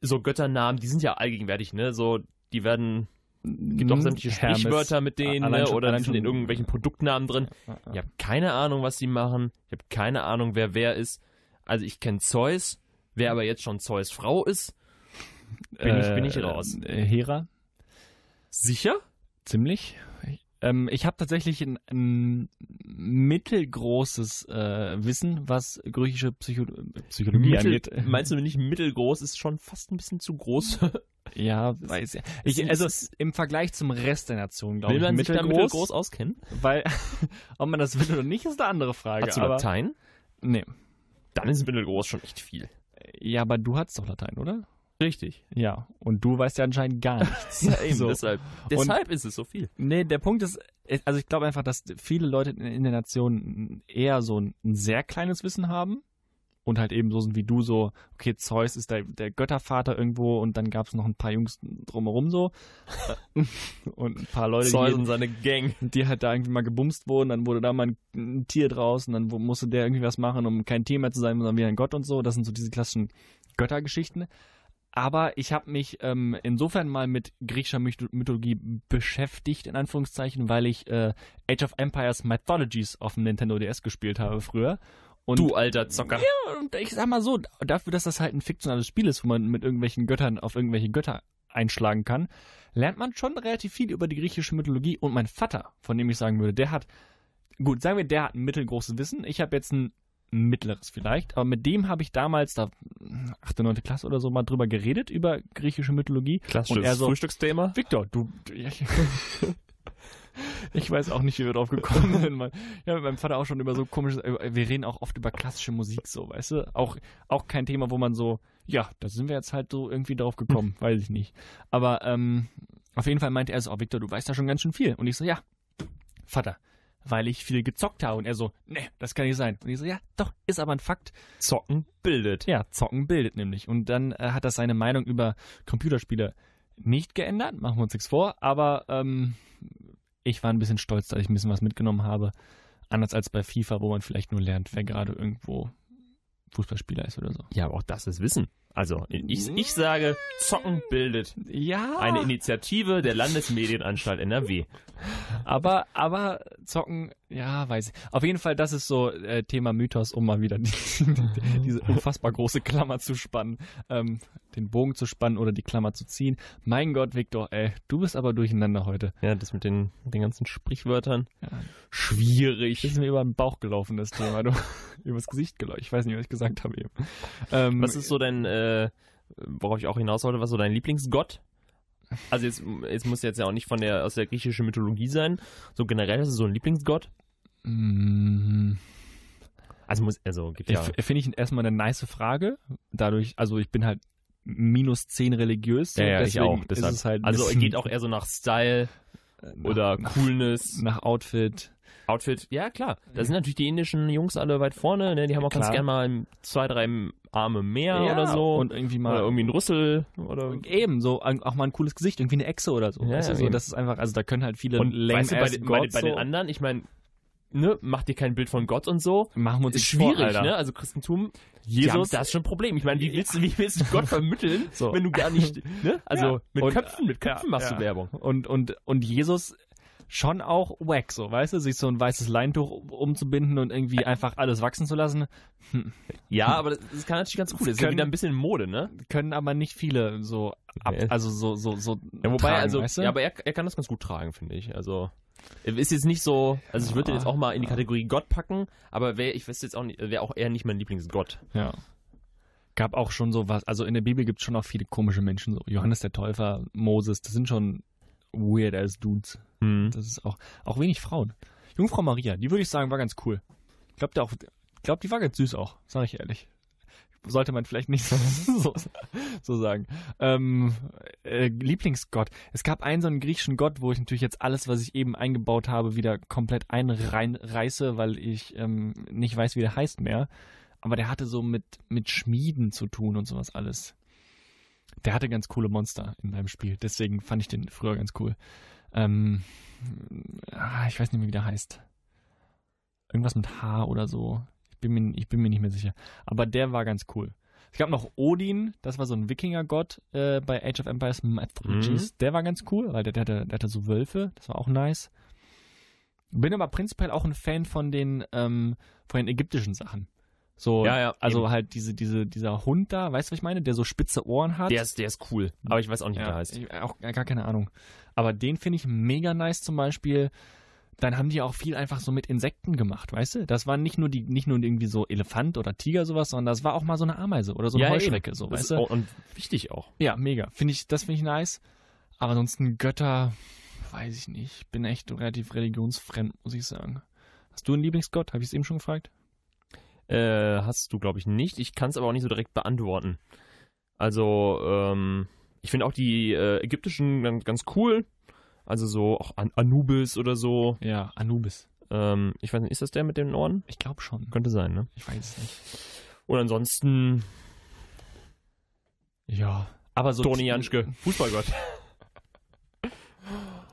[SPEAKER 2] so Götternamen, die sind ja allgegenwärtig, ne? So, die werden, gibt auch sämtliche
[SPEAKER 3] Mhm, Hm, Hermes.
[SPEAKER 2] Sprichwörter mit denen,
[SPEAKER 3] Allein
[SPEAKER 2] ne?
[SPEAKER 3] schon-
[SPEAKER 2] Oder
[SPEAKER 3] allein
[SPEAKER 2] die sind in
[SPEAKER 3] schon-
[SPEAKER 2] irgendwelchen Produktnamen drin.
[SPEAKER 3] Ja,
[SPEAKER 2] Ich habe keine Ahnung, was die machen. Ich habe keine Ahnung, wer wer ist. Also ich kenne Zeus, wer aber jetzt schon Zeus Frau ist. Bin ich- bin ich raus.
[SPEAKER 3] Äh, Hera,
[SPEAKER 2] Sicher?
[SPEAKER 3] ziemlich. Ähm, ich habe tatsächlich ein, ein mittelgroßes äh, Wissen, was griechische Psycho Psychologie angeht.
[SPEAKER 2] Mittel, meinst du nicht mittelgroß ist schon fast ein bisschen zu groß?
[SPEAKER 3] Ja, weiß ja. Ich, also im Vergleich zum Rest der Nation, glaube
[SPEAKER 2] Will
[SPEAKER 3] ich,
[SPEAKER 2] man sich da
[SPEAKER 3] mittelgroß,
[SPEAKER 2] mittelgroß auskennen?
[SPEAKER 3] weil ob man das will oder nicht, ist eine andere Frage.
[SPEAKER 2] Hast du
[SPEAKER 3] aber,
[SPEAKER 2] Latein?
[SPEAKER 3] Nee.
[SPEAKER 2] Dann ist mittelgroß schon echt viel.
[SPEAKER 3] Ja, aber du hattest doch Latein, oder?
[SPEAKER 2] Richtig.
[SPEAKER 3] Ja, und du weißt ja anscheinend gar nichts.
[SPEAKER 2] Ja, eben.
[SPEAKER 3] So.
[SPEAKER 2] Deshalb, deshalb ist es so viel.
[SPEAKER 3] Nee, der Punkt ist, also ich glaube einfach, dass viele Leute in in der Nation eher so ein ein sehr kleines Wissen haben Und halt eben so sind wie du so, okay, Zeus ist der, der Göttervater irgendwo und dann gab es noch ein paar Jungs drumherum so. und ein paar Leute,
[SPEAKER 2] Zeus
[SPEAKER 3] die,
[SPEAKER 2] und seine Gang.
[SPEAKER 3] die halt da irgendwie mal gebumst wurden, dann wurde da mal ein, ein Tier draus und dann wo- musste der irgendwie was machen, um kein Thema zu sein, sondern wieder ein Gott und so. Das sind so diese klassischen Göttergeschichten. Aber ich habe mich ähm, insofern mal mit griechischer Myth- Mythologie beschäftigt, in Anführungszeichen, weil ich äh, Age of Empires Mythologies auf dem Nintendo DS gespielt habe früher. Und
[SPEAKER 2] Du alter Zocker.
[SPEAKER 3] und Äh, ich sag mal so, dafür, dass das halt ein fiktionales Spiel ist, wo man mit irgendwelchen Göttern auf irgendwelche Götter einschlagen kann, lernt man schon relativ viel über die griechische Mythologie. Und mein Vater, von dem ich sagen würde, der hat, gut, sagen wir, der hat ein mittelgroßes Wissen. Ich habe jetzt ein mittleres vielleicht, aber mit dem habe ich damals, da 8., 9. Klasse oder so, mal drüber geredet, über griechische Mythologie.
[SPEAKER 2] Klassisches
[SPEAKER 3] Und er so,
[SPEAKER 2] Frühstücksthema.
[SPEAKER 3] Victor, du. Ich, ich weiß auch nicht, wie wir drauf gekommen sind. Mein, ja, mit meinem Vater auch schon über so komisches. äh, Wir reden auch oft über klassische Musik, so, weißt du? Auch, auch kein Thema, wo man so, ja, da sind wir jetzt halt so irgendwie drauf gekommen, weiß ich nicht. Aber ähm, auf jeden Fall meinte er so, oh, Victor, du weißt da schon ganz schön viel. Und ich so, ja, Vater. Weil ich viel gezockt habe. Und er so, nee, das kann nicht sein. Und ich so, ja, doch, ist aber ein Fakt.
[SPEAKER 2] Zocken bildet.
[SPEAKER 3] Ja, zocken bildet nämlich. Und dann äh, hat das seine Meinung über Computerspiele nicht geändert, machen wir uns nichts vor, aber ähm, ich war ein bisschen stolz, dass ich ein bisschen was mitgenommen habe. Anders als bei FIFA, wo man vielleicht nur lernt, wer gerade irgendwo Fußballspieler ist oder so.
[SPEAKER 2] Ja, aber auch das ist Wissen. Also, ich, ich sage, Zocken bildet.
[SPEAKER 3] Ja,
[SPEAKER 2] Eine Initiative der Landesmedienanstalt NRW.
[SPEAKER 3] aber, aber zocken, ja, weiß ich. Auf jeden Fall, das ist so äh, Thema Mythos, um mal wieder die, diese unfassbar große Klammer zu spannen, ähm, den Bogen zu spannen oder die Klammer zu ziehen. Mein Gott, Victor, ey, du bist aber durcheinander heute.
[SPEAKER 2] Ja, das mit den, mit den ganzen Sprichwörtern.
[SPEAKER 3] Ja.
[SPEAKER 2] Schwierig.
[SPEAKER 3] Das ist mir über den Bauch gelaufen, das Thema. Du, übers Gesicht gelaufen. Ich weiß nicht, was ich gesagt habe eben. Ähm,
[SPEAKER 2] Was ist so dein, äh, worauf ich auch hinaus wollte, was so dein Lieblingsgott? Also jetzt, jetzt muss jetzt ja auch nicht von der, aus der griechischen Mythologie sein. So generell ist es so ein Lieblingsgott.
[SPEAKER 3] Mm,
[SPEAKER 2] Also muss, also gibt ja.
[SPEAKER 3] f- Finde ich erstmal eine nice Frage. Dadurch, also ich bin halt minus 10 religiös. so deswegen
[SPEAKER 2] deshalb.
[SPEAKER 3] Ist es halt ein
[SPEAKER 2] also
[SPEAKER 3] bisschen
[SPEAKER 2] geht auch eher so nach Style
[SPEAKER 3] nach,
[SPEAKER 2] oder
[SPEAKER 3] nach,
[SPEAKER 2] Coolness,
[SPEAKER 3] nach Outfit.
[SPEAKER 2] Outfit. Ja, klar. Da sind natürlich die indischen Jungs alle weit vorne. Ne? Die haben auch ganz
[SPEAKER 3] Klar.
[SPEAKER 2] gerne mal zwei, drei Arme mehr oder so.
[SPEAKER 3] Und irgendwie mal
[SPEAKER 2] oder irgendwie ein Rüssel oder
[SPEAKER 3] eben so ein- auch mal ein cooles Gesicht, irgendwie eine Echse oder so.
[SPEAKER 2] Ja,
[SPEAKER 3] weißt du,
[SPEAKER 2] ja,
[SPEAKER 3] so
[SPEAKER 2] eben.
[SPEAKER 3] das ist einfach, also da können halt viele
[SPEAKER 2] Und weißt du, bei,
[SPEAKER 3] lame-ass
[SPEAKER 2] den- bei, den-
[SPEAKER 3] Gods
[SPEAKER 2] bei den
[SPEAKER 3] so-
[SPEAKER 2] anderen, ich meine, ne, mach dir kein Bild von Gott und so.
[SPEAKER 3] machen wir uns
[SPEAKER 2] Ist
[SPEAKER 3] nichts vor,
[SPEAKER 2] schwierig,
[SPEAKER 3] Alter.
[SPEAKER 2] ne? Also Christentum,
[SPEAKER 3] Jesus-
[SPEAKER 2] Jesus, das ist schon ein Problem. Ich meine, wie willst du, wie willst du Gott vermitteln,
[SPEAKER 3] So.
[SPEAKER 2] wenn du gar nicht, ne? Also
[SPEAKER 3] Ja.
[SPEAKER 2] mit
[SPEAKER 3] Und-
[SPEAKER 2] Köpfen, mit Köpfen
[SPEAKER 3] ja,
[SPEAKER 2] machst
[SPEAKER 3] ja.
[SPEAKER 2] du Werbung.
[SPEAKER 3] Und, und, und Jesus schon auch wack, so, weißt du, sich so ein weißes Leintuch um- umzubinden und irgendwie einfach alles wachsen zu lassen,
[SPEAKER 2] Ja, aber das, das kann natürlich ganz cool. Das ist ja
[SPEAKER 3] Können-
[SPEAKER 2] wieder ein bisschen Mode, ne?
[SPEAKER 3] können aber nicht viele so ab,
[SPEAKER 2] Nee.
[SPEAKER 3] also so, so, so.
[SPEAKER 2] Ja, wobei,
[SPEAKER 3] tragen,
[SPEAKER 2] also,
[SPEAKER 3] weißt du?
[SPEAKER 2] ja, aber er, er kann das ganz gut tragen, finde ich. Also, er ist jetzt nicht so, also ich würde den jetzt auch mal in die Kategorie Gott packen, aber wär, ich wüsste jetzt auch nicht, wäre auch eher nicht mein Lieblingsgott.
[SPEAKER 3] ja. Gab auch schon so was, also in der Bibel gibt es schon auch viele komische Menschen, so Johannes der Täufer, Moses, das sind schon weird ass Dudes.
[SPEAKER 2] Hm.
[SPEAKER 3] Das ist auch, auch wenig Frauen. Jungfrau Maria, die würde ich sagen, war ganz cool. Ich glaube, der auch, ich glaub, die war ganz süß auch, sage ich ehrlich. Sollte man vielleicht nicht so, so sagen. Ähm, äh, Lieblingsgott. Es gab einen so einen griechischen Gott, wo ich natürlich jetzt alles, was ich eben eingebaut habe, wieder komplett einreiße, weil ich ähm, nicht weiß, wie der heißt mehr. Aber der hatte so mit, mit Schmieden zu tun und sowas alles. Der hatte ganz coole Monster in seinem Spiel. Deswegen fand ich den früher ganz cool. Ähm, ah, ich weiß nicht mehr, wie der heißt. Irgendwas mit H oder so. Ich bin, mir, ich bin mir nicht mehr sicher. Aber der war ganz cool. Es gab noch Odin, das war so ein Wikingergott äh, bei Age of Empires Mythologies.
[SPEAKER 2] Mhm.
[SPEAKER 3] Der war ganz cool, weil der, der, hatte, der hatte so Wölfe. Das war auch nice. Bin aber prinzipiell auch ein Fan von den, ähm, von den ägyptischen Sachen. So,
[SPEAKER 2] Ja, ja,
[SPEAKER 3] also halt diese, diese, dieser Hund da, weißt du, was ich meine? Der so spitze Ohren hat.
[SPEAKER 2] Der ist, der ist cool, aber ich weiß auch nicht, wie
[SPEAKER 3] Ja,
[SPEAKER 2] der heißt.
[SPEAKER 3] Ich, auch gar keine Ahnung. Aber den finde ich mega nice zum Beispiel. Dann haben die auch viel einfach so mit Insekten gemacht, weißt du? Das waren nicht nur die, nicht nur irgendwie so Elefant oder Tiger sowas, sondern das war auch mal so eine Ameise oder so eine Heuschrecke, so,
[SPEAKER 2] Das
[SPEAKER 3] weißt
[SPEAKER 2] ist
[SPEAKER 3] du?
[SPEAKER 2] auch- Und wichtig auch.
[SPEAKER 3] Ja, mega. Finde ich, das finde ich nice. Aber ansonsten Götter, weiß ich nicht. Ich bin echt relativ religionsfremd, muss ich sagen. Hast du einen Lieblingsgott? Habe ich es eben schon gefragt?
[SPEAKER 2] Äh, hast du, glaube ich, nicht. Ich kann es aber auch nicht so direkt beantworten. Also, ähm, ich finde auch die äh, ägyptischen ganz, ganz cool. Also so auch An Anubis oder so.
[SPEAKER 3] Ja, Anubis.
[SPEAKER 2] Ähm, ich weiß nicht, ist das der mit den Ohren?
[SPEAKER 3] Ich glaube schon.
[SPEAKER 2] Könnte sein, ne?
[SPEAKER 3] Ich weiß es nicht.
[SPEAKER 2] Und ansonsten
[SPEAKER 3] Ja. Aber so.
[SPEAKER 2] Toni Janschke, Fußballgott.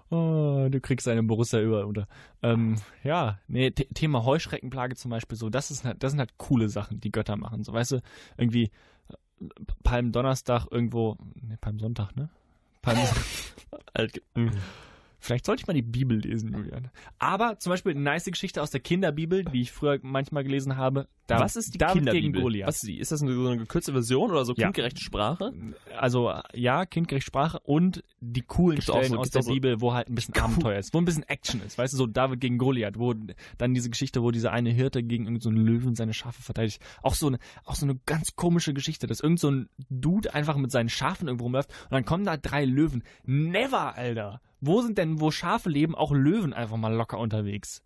[SPEAKER 3] Oh, du kriegst eine Borussia über, oder? Ähm, ja, nee, The- Thema Heuschreckenplage zum Beispiel, so, das, ist, halt- das sind halt coole Sachen, die Götter machen. So, weißt du, irgendwie äh, Palmdonnerstag irgendwo, nee, Palmsonntag, ne? Palm
[SPEAKER 2] Alt- mhm.
[SPEAKER 3] Vielleicht sollte ich mal die Bibel lesen, Julian. Aber zum Beispiel eine nice Geschichte aus der Kinderbibel, die ich früher manchmal gelesen habe. Da,
[SPEAKER 2] Was ist die
[SPEAKER 3] David
[SPEAKER 2] Kinderbibel?
[SPEAKER 3] gegen Goliath.
[SPEAKER 2] Was ist, die? ist das eine, so eine gekürzte Version oder so
[SPEAKER 3] Ja.
[SPEAKER 2] kindgerechte Sprache?
[SPEAKER 3] Also ja, kindgerecht Sprache und die coolen
[SPEAKER 2] Gibt's auch
[SPEAKER 3] Stellen
[SPEAKER 2] so-
[SPEAKER 3] aus
[SPEAKER 2] gibt's
[SPEAKER 3] der
[SPEAKER 2] auch so-
[SPEAKER 3] Bibel, wo halt ein bisschen Abenteuer ist, wo ein bisschen Action ist. Weißt du, so David gegen Goliath, wo dann diese Geschichte, wo dieser eine Hirte gegen irgendeinen so einen Löwen seine Schafe verteidigt. Auch so eine, auch so eine ganz komische Geschichte, dass irgend so ein Dude einfach mit seinen Schafen irgendwo rumläuft und dann kommen da drei Löwen. Never, Alter! Wo sind denn, wo Schafe leben, auch Löwen einfach mal locker unterwegs?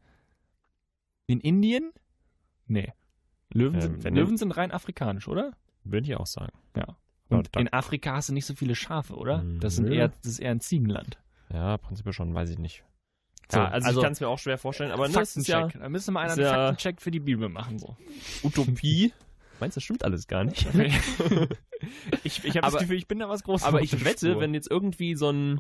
[SPEAKER 3] In Indien? Nee. Löwen,
[SPEAKER 2] Ähm,
[SPEAKER 3] sind,
[SPEAKER 2] wenn-
[SPEAKER 3] Löwen sind rein afrikanisch, oder?
[SPEAKER 2] Würde ich auch sagen.
[SPEAKER 3] Und
[SPEAKER 2] Ja, da-
[SPEAKER 3] in Afrika hast du nicht so viele Schafe, oder?
[SPEAKER 2] Mhm.
[SPEAKER 3] Das, sind eher, das ist eher ein Ziegenland.
[SPEAKER 2] Ja, prinzipiell schon, weiß ich nicht.
[SPEAKER 3] So,
[SPEAKER 2] ja, also,
[SPEAKER 3] also-
[SPEAKER 2] ich kann es mir auch schwer vorstellen, aber das ist ja
[SPEAKER 3] Faktencheck. da müssen wir mal einen
[SPEAKER 2] ist ja-
[SPEAKER 3] Faktencheck für die Bibel machen. So.
[SPEAKER 2] Utopie. Meinst du, das stimmt alles gar nicht?
[SPEAKER 3] Ich, ich habe
[SPEAKER 2] Aber-
[SPEAKER 3] das Gefühl, ich bin da was Großes.
[SPEAKER 2] Aber
[SPEAKER 3] auf
[SPEAKER 2] ich
[SPEAKER 3] der
[SPEAKER 2] wette,
[SPEAKER 3] Spur.
[SPEAKER 2] wenn jetzt irgendwie so ein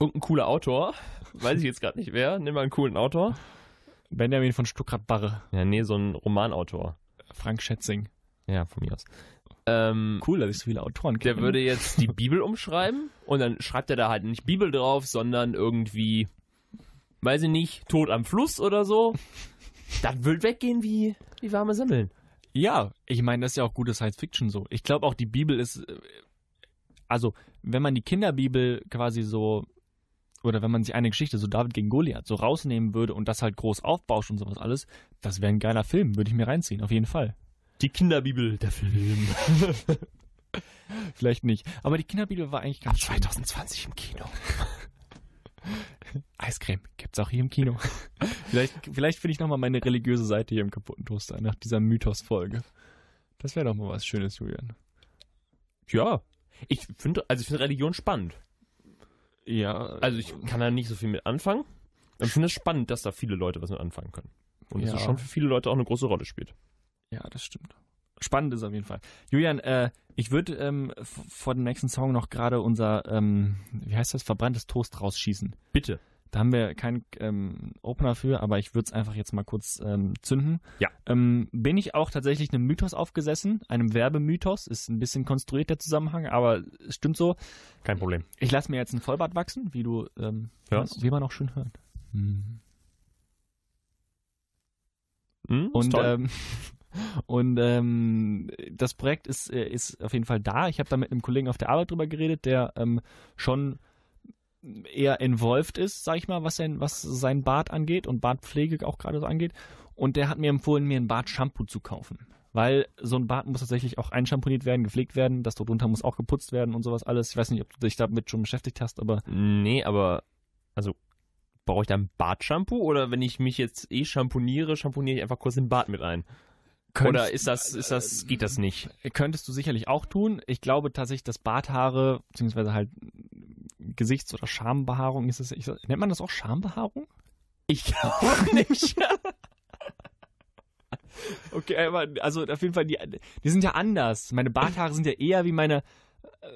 [SPEAKER 2] irgendein cooler Autor, weiß ich jetzt gerade nicht wer, nimm mal einen coolen Autor.
[SPEAKER 3] Benjamin von Stuckrad-Barre,
[SPEAKER 2] Ja, nee, so ein Romanautor.
[SPEAKER 3] Frank Schätzing.
[SPEAKER 2] Ja, von mir aus. Ähm,
[SPEAKER 3] Cool, dass ich so viele Autoren kenne.
[SPEAKER 2] der würde jetzt die Bibel umschreiben und dann schreibt er da halt nicht Bibel drauf, sondern irgendwie, weiß ich nicht, Tod am Fluss oder so. Das wird weggehen wie, wie warme Semmeln.
[SPEAKER 3] Ja, ich meine, das ist ja auch gute Science Fiction so. Ich glaube auch, die Bibel ist. äh, Also, wenn man die Kinderbibel quasi so. Oder wenn man sich eine Geschichte, so David gegen Goliath, so rausnehmen würde und das halt groß aufbauscht und sowas alles, das wäre ein geiler Film, würde ich mir reinziehen, auf jeden Fall.
[SPEAKER 2] Die Kinderbibel, der Film.
[SPEAKER 3] Vielleicht nicht. Aber die Kinderbibel war eigentlich ganz schön.
[SPEAKER 2] 2020 im Kino.
[SPEAKER 3] Eiscreme gibt's auch hier im Kino. vielleicht vielleicht finde ich nochmal meine religiöse Seite hier im kaputten Toaster nach dieser Mythos-Folge. Das wäre doch mal was Schönes, Julian.
[SPEAKER 2] Ja. Ich finde, also ich finde Religion spannend.
[SPEAKER 3] Ja,
[SPEAKER 2] Also ich kann da nicht so viel mit anfangen. Aber ich finde es spannend, dass da viele Leute was mit anfangen können. Und dass
[SPEAKER 3] Ja.
[SPEAKER 2] es schon für viele Leute auch eine große Rolle spielt.
[SPEAKER 3] Ja, das stimmt. Spannend ist auf jeden Fall. Julian, äh, ich würde ähm, f- vor dem nächsten Song noch gerade unser, ähm, wie heißt das, verbranntes Toast rausschießen.
[SPEAKER 2] Bitte.
[SPEAKER 3] Da haben wir keinen ähm, Opener für, aber ich würde es einfach jetzt mal kurz ähm, zünden.
[SPEAKER 2] Ja.
[SPEAKER 3] Ähm, bin ich auch tatsächlich einem Mythos aufgesessen, einem Werbemythos. Ist ein bisschen konstruiert der Zusammenhang, aber es stimmt so.
[SPEAKER 2] Kein Problem.
[SPEAKER 3] Ich lasse mir jetzt einen Vollbart wachsen, wie du, ähm,
[SPEAKER 2] Hörst.
[SPEAKER 3] wie man auch schön hört. Mhm.
[SPEAKER 2] Hm, ist
[SPEAKER 3] Und,
[SPEAKER 2] toll.
[SPEAKER 3] ähm, und ähm, das Projekt ist, äh, ist auf jeden Fall da. Ich habe da mit einem Kollegen auf der Arbeit drüber geredet, der ähm, schon eher involved ist, sag ich mal, was sein, was sein Bart angeht und Bartpflege auch gerade so angeht. Und der hat mir empfohlen, mir ein Bartshampoo zu kaufen. Weil so ein Bart muss tatsächlich auch einschamponiert werden, gepflegt werden, das dort drunter muss auch geputzt werden und sowas alles. Ich weiß nicht, ob du dich damit schon beschäftigt hast, aber
[SPEAKER 2] nee, aber also brauche ich da ein Bartshampoo oder wenn ich mich jetzt eh schamponiere, schamponiere ich einfach kurz den Bart mit ein?
[SPEAKER 3] Könntest-
[SPEAKER 2] oder ist das, ist das, geht das nicht?
[SPEAKER 3] könntest du sicherlich auch tun. Ich glaube tatsächlich, dass Barthaare, beziehungsweise halt Gesichts- oder Schambehaarung ist es. Ich, nennt man das auch Schambehaarung?
[SPEAKER 2] Ich glaube nicht.
[SPEAKER 3] Okay, aber also auf jeden Fall, die, die sind ja anders. Meine Barthaare sind ja eher wie meine äh,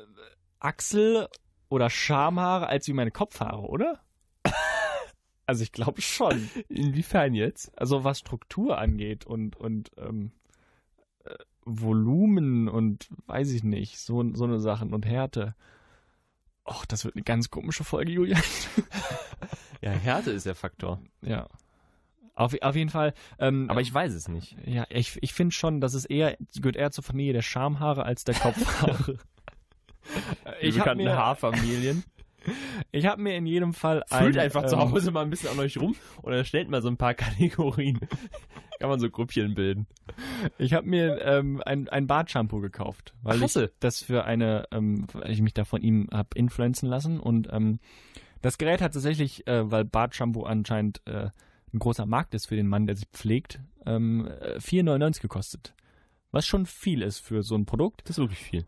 [SPEAKER 3] Achsel- oder Schamhaare als wie meine Kopfhaare, oder? Also ich glaube schon.
[SPEAKER 2] Inwiefern jetzt?
[SPEAKER 3] Also was Struktur angeht und, und ähm, äh, Volumen und weiß ich nicht, so, so eine Sachen und Härte. Och, das wird eine ganz komische Folge, Julian.
[SPEAKER 2] Ja, Härte ist der Faktor.
[SPEAKER 3] ja. Auf, auf jeden Fall. Ähm,
[SPEAKER 2] Aber ich weiß es nicht.
[SPEAKER 3] ja, ich, ich finde schon, dass es eher, gehört eher zur Familie der Schamhaare als der Kopfhaare.
[SPEAKER 2] Die
[SPEAKER 3] ich habe
[SPEAKER 2] bekannten
[SPEAKER 3] mir,
[SPEAKER 2] Haarfamilien.
[SPEAKER 3] ich hab mir in jedem Fall
[SPEAKER 2] Fühlt
[SPEAKER 3] ein, ähm,
[SPEAKER 2] einfach zu Hause mal ein ähm, bisschen an euch rum und dann stellt mal so ein paar Kategorien. Kann man so Grüppchen bilden.
[SPEAKER 3] Ich habe mir ähm, ein, ein Bartshampoo gekauft, weil
[SPEAKER 2] Ach, hast
[SPEAKER 3] ich
[SPEAKER 2] du?
[SPEAKER 3] das für eine, ähm, weil ich mich da von ihm hab influenzen lassen und ähm, das Gerät hat tatsächlich, äh, weil Bartshampoo anscheinend äh, ein großer Markt ist für den Mann, der sich pflegt, ähm, äh, 4,99 gekostet. Was schon viel ist für so ein Produkt
[SPEAKER 2] Das ist wirklich viel.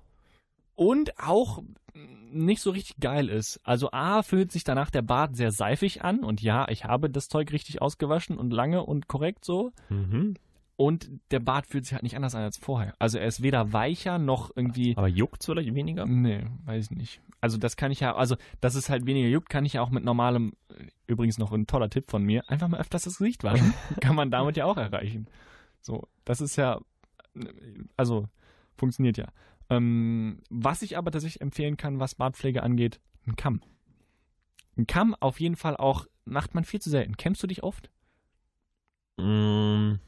[SPEAKER 3] und auch mh, nicht so richtig geil ist. Also A fühlt sich danach der Bart sehr seifig an und ja, ich habe das Zeug richtig ausgewaschen und lange und korrekt so.
[SPEAKER 2] Mhm.
[SPEAKER 3] Und der Bart fühlt sich halt nicht anders an als vorher. Also er ist weder weicher noch irgendwie.
[SPEAKER 2] Aber juckt's vielleicht weniger?
[SPEAKER 3] Nee, weiß ich nicht. Also das kann ich ja, also dass es halt weniger juckt, kann ich ja auch mit normalem, äh, übrigens noch ein toller Tipp von mir, einfach mal öfters das Gesicht waschen. kann man damit ja auch erreichen. So, das ist ja, also funktioniert ja. Ähm, was ich aber tatsächlich empfehlen kann, was Bartpflege angeht, ein Kamm. Ein Kamm auf jeden Fall auch, macht man viel zu selten. Kämmst du dich oft?
[SPEAKER 2] Mm,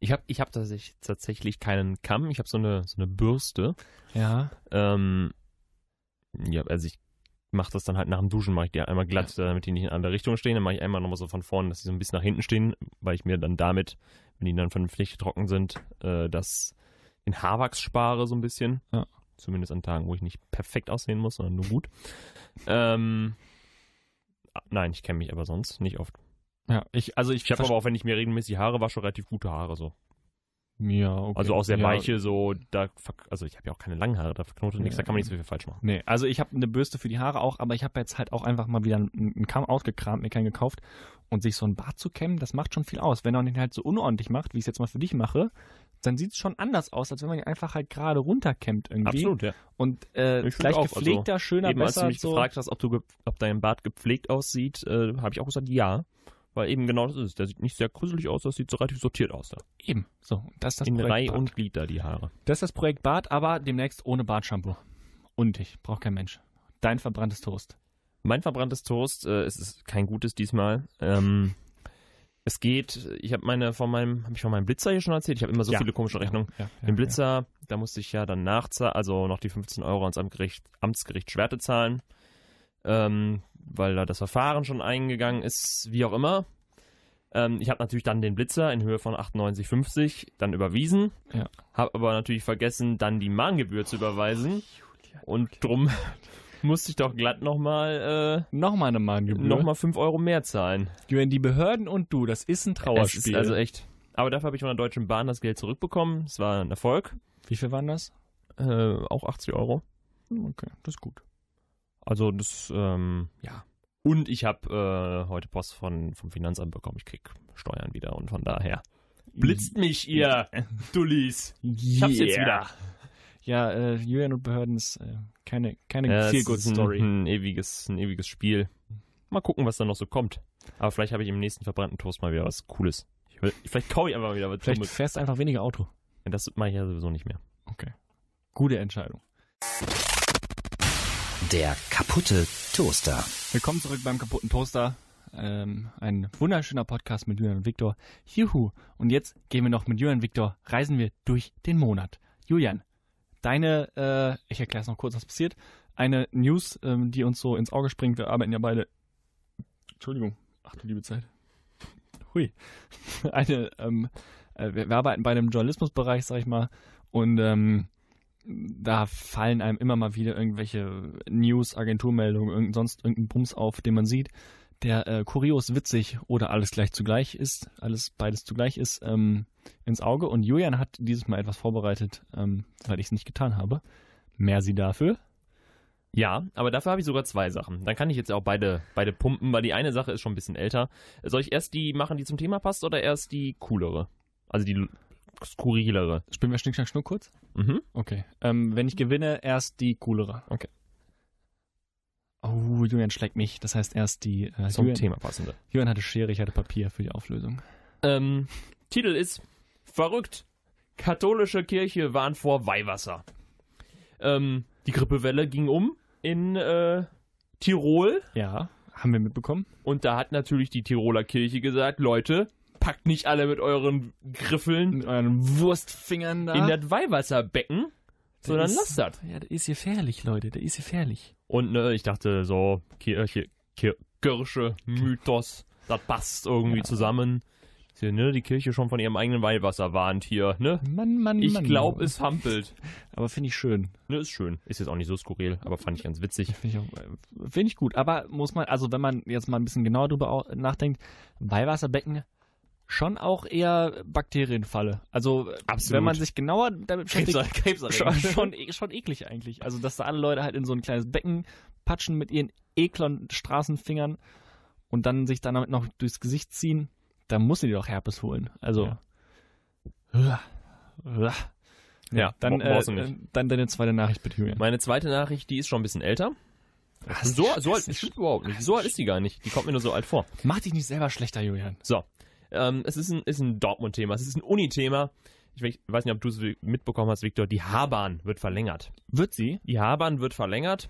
[SPEAKER 2] Ich habe ich hab tatsächlich, tatsächlich keinen Kamm, ich habe so eine, so eine Bürste.
[SPEAKER 3] Ja.
[SPEAKER 2] Ähm, ja, also ich mache das dann halt nach dem Duschen, mache ich die einmal glatt, damit die nicht in andere Richtungen stehen. Dann mache ich einmal nochmal so von vorne, dass sie so ein bisschen nach hinten stehen, weil ich mir dann damit, wenn die dann vernünftig getrocknet sind, äh, das, den Haarwachs spare so ein bisschen.
[SPEAKER 3] Ja.
[SPEAKER 2] Zumindest an Tagen, wo ich nicht perfekt aussehen muss, sondern nur gut. ähm, ah, nein, ich kenne mich aber sonst nicht oft.
[SPEAKER 3] Ja, ich, also ich,
[SPEAKER 2] Ich habe aber auch, wenn ich mir regelmäßig die Haare wasche, relativ gute Haare so.
[SPEAKER 3] ja, okay.
[SPEAKER 2] Also auch sehr
[SPEAKER 3] ja,
[SPEAKER 2] weiche, so, da, verk- also ich habe ja auch keine langen Haare, da verknotet nichts,
[SPEAKER 3] Ja.
[SPEAKER 2] da kann man nicht so viel falsch machen.
[SPEAKER 3] Nee, also ich habe eine Bürste für die Haare auch, aber ich habe jetzt halt auch einfach mal wieder einen, einen Kamm ausgekramt, mir keinen gekauft. Und sich so ein Bart zu kämmen, das macht schon viel aus. Wenn man den halt so unordentlich macht, wie ich es jetzt mal für dich mache, dann sieht es schon anders aus, als wenn man ihn einfach halt gerade runterkämmt irgendwie.
[SPEAKER 2] Absolut, ja.
[SPEAKER 3] Und äh,
[SPEAKER 2] Ich find
[SPEAKER 3] gleich
[SPEAKER 2] auch, also
[SPEAKER 3] gepflegter, schöner,
[SPEAKER 2] Eben, als
[SPEAKER 3] besser.
[SPEAKER 2] du mich
[SPEAKER 3] so.
[SPEAKER 2] gefragt hast, ob, du ge- ob dein Bart gepflegt aussieht, äh, habe ich auch gesagt, ja. Weil eben genau das ist. es. Der sieht nicht sehr krüsselig aus, das sieht so relativ sortiert aus. Da.
[SPEAKER 3] Eben. So, und das ist das
[SPEAKER 2] In
[SPEAKER 3] Projekt
[SPEAKER 2] Reihe
[SPEAKER 3] Bart.
[SPEAKER 2] und Glied da die Haare.
[SPEAKER 3] Das ist das Projekt Bart, aber demnächst ohne Bartshampoo. Und ich. Braucht kein Mensch. Dein verbranntes Toast.
[SPEAKER 2] Mein verbranntes Toast, äh, es ist kein gutes diesmal. Ähm, es geht, ich habe meine von meinem, habe ich von meinem Blitzer hier schon erzählt? Ich habe immer so
[SPEAKER 3] Ja.
[SPEAKER 2] viele komische Rechnungen.
[SPEAKER 3] Ja, ja,
[SPEAKER 2] Den Blitzer, da musste ich ja dann nachzahlen, also noch die 15 Euro ans Amtgericht, Amtsgericht Schwerte zahlen, ähm, weil da das Verfahren schon eingegangen ist, wie auch immer. Ähm, ich habe natürlich dann den Blitzer in Höhe von 98,50 dann überwiesen,
[SPEAKER 3] Ja.
[SPEAKER 2] habe aber natürlich vergessen, dann die Mahngebühr zu überweisen und drum musste ich doch glatt nochmal
[SPEAKER 3] Ja. Nochmal eine
[SPEAKER 2] äh,
[SPEAKER 3] Mahngebühr.
[SPEAKER 2] noch mal 5 Euro mehr zahlen.
[SPEAKER 3] Wenn die Behörden und du, das ist ein
[SPEAKER 2] Es ist
[SPEAKER 3] Trauerspiel.
[SPEAKER 2] also echt. Aber dafür habe ich von der Deutschen Bahn das Geld zurückbekommen. Es war ein Erfolg.
[SPEAKER 3] wie viel waren das?
[SPEAKER 2] Äh, auch 80 Euro.
[SPEAKER 3] Okay, das ist gut.
[SPEAKER 2] Also das, ähm, ja. Und ich habe äh, heute Post von, vom Finanzamt bekommen. Ich krieg Steuern wieder und von daher. Blitzt mich, ihr Dullis. Ich hab's jetzt wieder.
[SPEAKER 3] Ja, äh, Julian und Behörden ist äh, keine, keine
[SPEAKER 2] Ja, es ist
[SPEAKER 3] Feel-Good-Story.
[SPEAKER 2] Ein, hm, ein, ewiges, ein ewiges Spiel. Mal gucken, was da noch so kommt. Aber vielleicht habe ich im nächsten verbrannten Toast mal wieder was Cooles. Ich will, vielleicht kaufe ich einfach mal wieder was
[SPEAKER 3] Vielleicht
[SPEAKER 2] Dummes.
[SPEAKER 3] fährst du einfach weniger Auto.
[SPEAKER 2] Ja, Das mache ich ja sowieso nicht mehr.
[SPEAKER 3] Gute Entscheidung.
[SPEAKER 1] Der kaputte Toaster.
[SPEAKER 3] Willkommen zurück beim kaputten Toaster. Ähm, ein wunderschöner Podcast mit Julian und Viktor. Juhu. Und jetzt gehen wir noch mit Julian und Viktor, reisen wir durch den Monat. Julian, deine, äh, ich erkläre es noch kurz, was passiert. Eine News, ähm, die uns so ins Auge springt. Wir arbeiten ja beide. Entschuldigung. Ach du liebe Zeit. Hui. Eine, ähm, äh, wir, wir arbeiten bei dem Journalismusbereich, sag ich mal. Und, ähm, da fallen einem immer mal wieder irgendwelche News, Agenturmeldungen, irgend, sonst irgendein Bums auf, den man sieht, der äh, kurios, witzig oder alles gleich zugleich ist, alles beides zugleich ist, ähm, ins Auge. Und Julian hat dieses Mal etwas vorbereitet, ähm, weil ich es nicht getan habe. Mehr sie dafür.
[SPEAKER 2] Ja, aber dafür habe ich sogar zwei Sachen. Dann kann ich jetzt auch beide, beide pumpen, weil die eine Sache ist schon ein bisschen älter. Soll ich erst die machen, die zum Thema passt, oder erst die coolere? Also die l- skurrilere.
[SPEAKER 3] Spielen wir Schnick, Schnack, Schnuck kurz?
[SPEAKER 2] Mhm.
[SPEAKER 3] Okay. Ähm, wenn ich gewinne, erst die coolere.
[SPEAKER 2] Okay.
[SPEAKER 3] Oh, Julian schlägt mich. Das heißt erst die. Äh,
[SPEAKER 2] Zum
[SPEAKER 3] Julian,
[SPEAKER 2] Thema passende.
[SPEAKER 3] Julian hatte Schere, ich hatte Papier für die Auflösung.
[SPEAKER 2] Ähm, Titel ist Verrückt. Katholische Kirche warnt vor Weihwasser. Ähm, die Grippewelle ging um in äh, Tirol
[SPEAKER 3] Ja. Haben wir mitbekommen?
[SPEAKER 2] und da hat natürlich die Tiroler Kirche gesagt, Leute, packt nicht alle mit euren Griffeln
[SPEAKER 3] mit euren Wurstfingern da.
[SPEAKER 2] in das Weihwasserbecken, sondern
[SPEAKER 3] ist-
[SPEAKER 2] lasst das.
[SPEAKER 3] ja, der ist gefährlich, Leute, der ist gefährlich.
[SPEAKER 2] Und ne, ich dachte so, Kirche, Kir Kirche, Mythos, das passt irgendwie zusammen. Sie, ne, die Kirche schon von ihrem eigenen Weihwasser warnt hier, ne?
[SPEAKER 3] Mann, Mann,
[SPEAKER 2] Ich
[SPEAKER 3] Mann.
[SPEAKER 2] glaube, es hampelt.
[SPEAKER 3] Aber finde ich schön.
[SPEAKER 2] Ne, ist schön. Ist jetzt auch nicht so skurril, aber fand ich ganz witzig.
[SPEAKER 3] Finde ich, auch- äh, find ich gut. Aber muss man, also wenn man jetzt mal ein bisschen genauer drüber au- nachdenkt, Weihwasserbecken schon auch eher Bakterienfalle. Also äh,
[SPEAKER 2] Absolut.
[SPEAKER 3] wenn man sich genauer damit beschäftigt, schon,
[SPEAKER 2] Krebserregend.
[SPEAKER 3] schon, e- schon eklig eigentlich. Also dass da alle Leute halt in so ein kleines Becken patschen mit ihren eklon Straßenfingern und dann sich dann damit noch durchs Gesicht ziehen, da muss sie dir doch Herpes holen. Also
[SPEAKER 2] Ja. Ja,
[SPEAKER 3] Dann,
[SPEAKER 2] bra-
[SPEAKER 3] äh,
[SPEAKER 2] brauchst du nicht.
[SPEAKER 3] dann deine zweite Nachricht bitte, Julian.
[SPEAKER 2] Meine zweite Nachricht, die ist schon ein bisschen älter. So, so alt ist überhaupt nicht. So alt ist die gar nicht. Die kommt mir nur so alt vor.
[SPEAKER 3] Mach dich nicht selber schlechter, Julian.
[SPEAKER 2] So, ähm, es ist ein, ist ein Dortmund-Thema. Es ist ein Uni-Thema. Ich we- weiß nicht, ob du es mitbekommen hast, Viktor. Die H-Bahn wird verlängert.
[SPEAKER 3] Wird sie?
[SPEAKER 2] Die H-Bahn wird verlängert.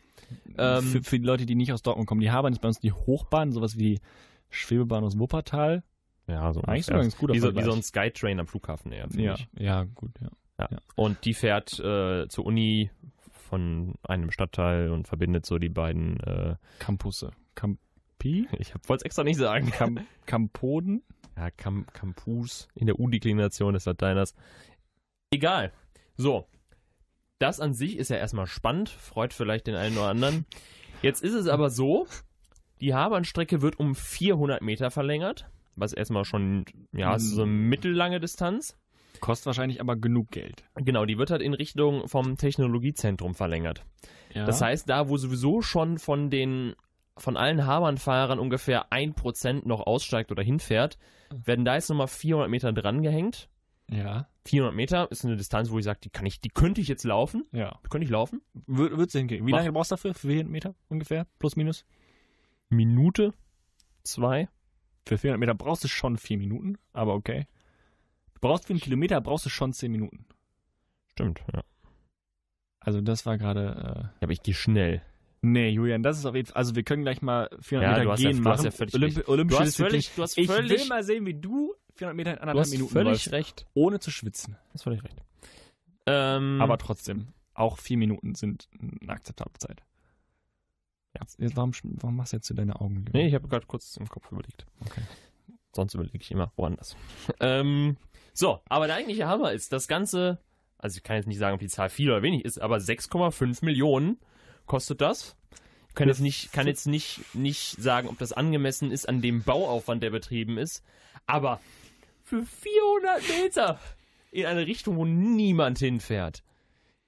[SPEAKER 2] Ähm,
[SPEAKER 3] für, für die Leute, die nicht aus Dortmund kommen, die H-Bahn ist bei uns die Hochbahn, sowas wie die Schwebebahn aus Wuppertal.
[SPEAKER 2] ja, so ungefähr.
[SPEAKER 3] Eigentlich sogar ein ganz guter
[SPEAKER 2] wie, so, wie
[SPEAKER 3] Vergleich.
[SPEAKER 2] so ein Skytrain am Flughafen, ja, finde ich.
[SPEAKER 3] ja, gut, ja.
[SPEAKER 2] Und die fährt äh, zur Uni von einem Stadtteil und verbindet so die beiden. Äh,
[SPEAKER 3] Campusse. Campi?
[SPEAKER 2] ich wollte es extra nicht sagen.
[SPEAKER 3] Cam Campoden?
[SPEAKER 2] Ja, Cam Campus in der U-Deklination des Lateiners. Egal. So. Das an sich ist ja erstmal spannend, freut vielleicht den einen oder anderen. Jetzt ist es aber so, die Haberns-Strecke wird um 400 Meter verlängert, was erstmal schon, ja, ist so eine mittellange Distanz.
[SPEAKER 3] Kostet wahrscheinlich aber genug Geld.
[SPEAKER 2] Genau, die wird halt in Richtung vom Technologiezentrum verlängert.
[SPEAKER 3] Ja.
[SPEAKER 2] Das heißt, da wo sowieso schon von den von allen Habermann-Fahrern ungefähr 1% noch aussteigt oder hinfährt, werden da jetzt nochmal 400 Meter drangehängt.
[SPEAKER 3] ja.
[SPEAKER 2] 400 Meter ist eine Distanz, wo ich sage, die kann ich, die könnte ich jetzt laufen.
[SPEAKER 3] Ja.
[SPEAKER 2] Könnte ich laufen?
[SPEAKER 3] Wird, wird's hingehen. Wie
[SPEAKER 2] Mach-
[SPEAKER 3] lange brauchst du dafür? Für 400 Meter ungefähr? Plus, minus?
[SPEAKER 2] Minute, zwei.
[SPEAKER 3] Für 400 Meter brauchst du schon 4 Minuten, aber okay. Du brauchst für einen Kilometer brauchst du schon 10 Minuten.
[SPEAKER 2] Stimmt, ja.
[SPEAKER 3] Also das war gerade... Äh,
[SPEAKER 2] Aber ich gehe schnell.
[SPEAKER 3] nee, Julian, das ist auf jeden Fall... Also wir können gleich mal 400
[SPEAKER 2] Ja,
[SPEAKER 3] Meter
[SPEAKER 2] du hast ja-
[SPEAKER 3] gehen
[SPEAKER 2] du hast
[SPEAKER 3] machen.
[SPEAKER 2] ja völlig
[SPEAKER 3] Olympi Olympische Disziplin.
[SPEAKER 2] du hast
[SPEAKER 3] ich will mal sehen, wie du 400 Meter in
[SPEAKER 2] du
[SPEAKER 3] anderthalb
[SPEAKER 2] hast
[SPEAKER 3] Minuten
[SPEAKER 2] völlig
[SPEAKER 3] läufst,
[SPEAKER 2] recht.
[SPEAKER 3] ohne zu schwitzen.
[SPEAKER 2] Du hast völlig recht. Ähm,
[SPEAKER 3] Aber trotzdem, auch 4 Minuten sind eine akzeptable Zeit. Jetzt, jetzt, warum, sch- warum machst du jetzt so deine Augen? Julian?
[SPEAKER 2] Nee, ich habe gerade kurz im Kopf überlegt.
[SPEAKER 3] Okay.
[SPEAKER 2] Sonst überlege ich immer woanders. ähm, so, aber der eigentliche Hammer ist, das Ganze, also ich kann jetzt nicht sagen, ob die Zahl viel oder wenig ist, aber 6,5 Millionen kostet das. Ich kann jetzt, nicht, kann jetzt nicht, nicht sagen, ob das angemessen ist an dem Bauaufwand, der betrieben ist, aber für 400 Meter in eine Richtung, wo niemand hinfährt.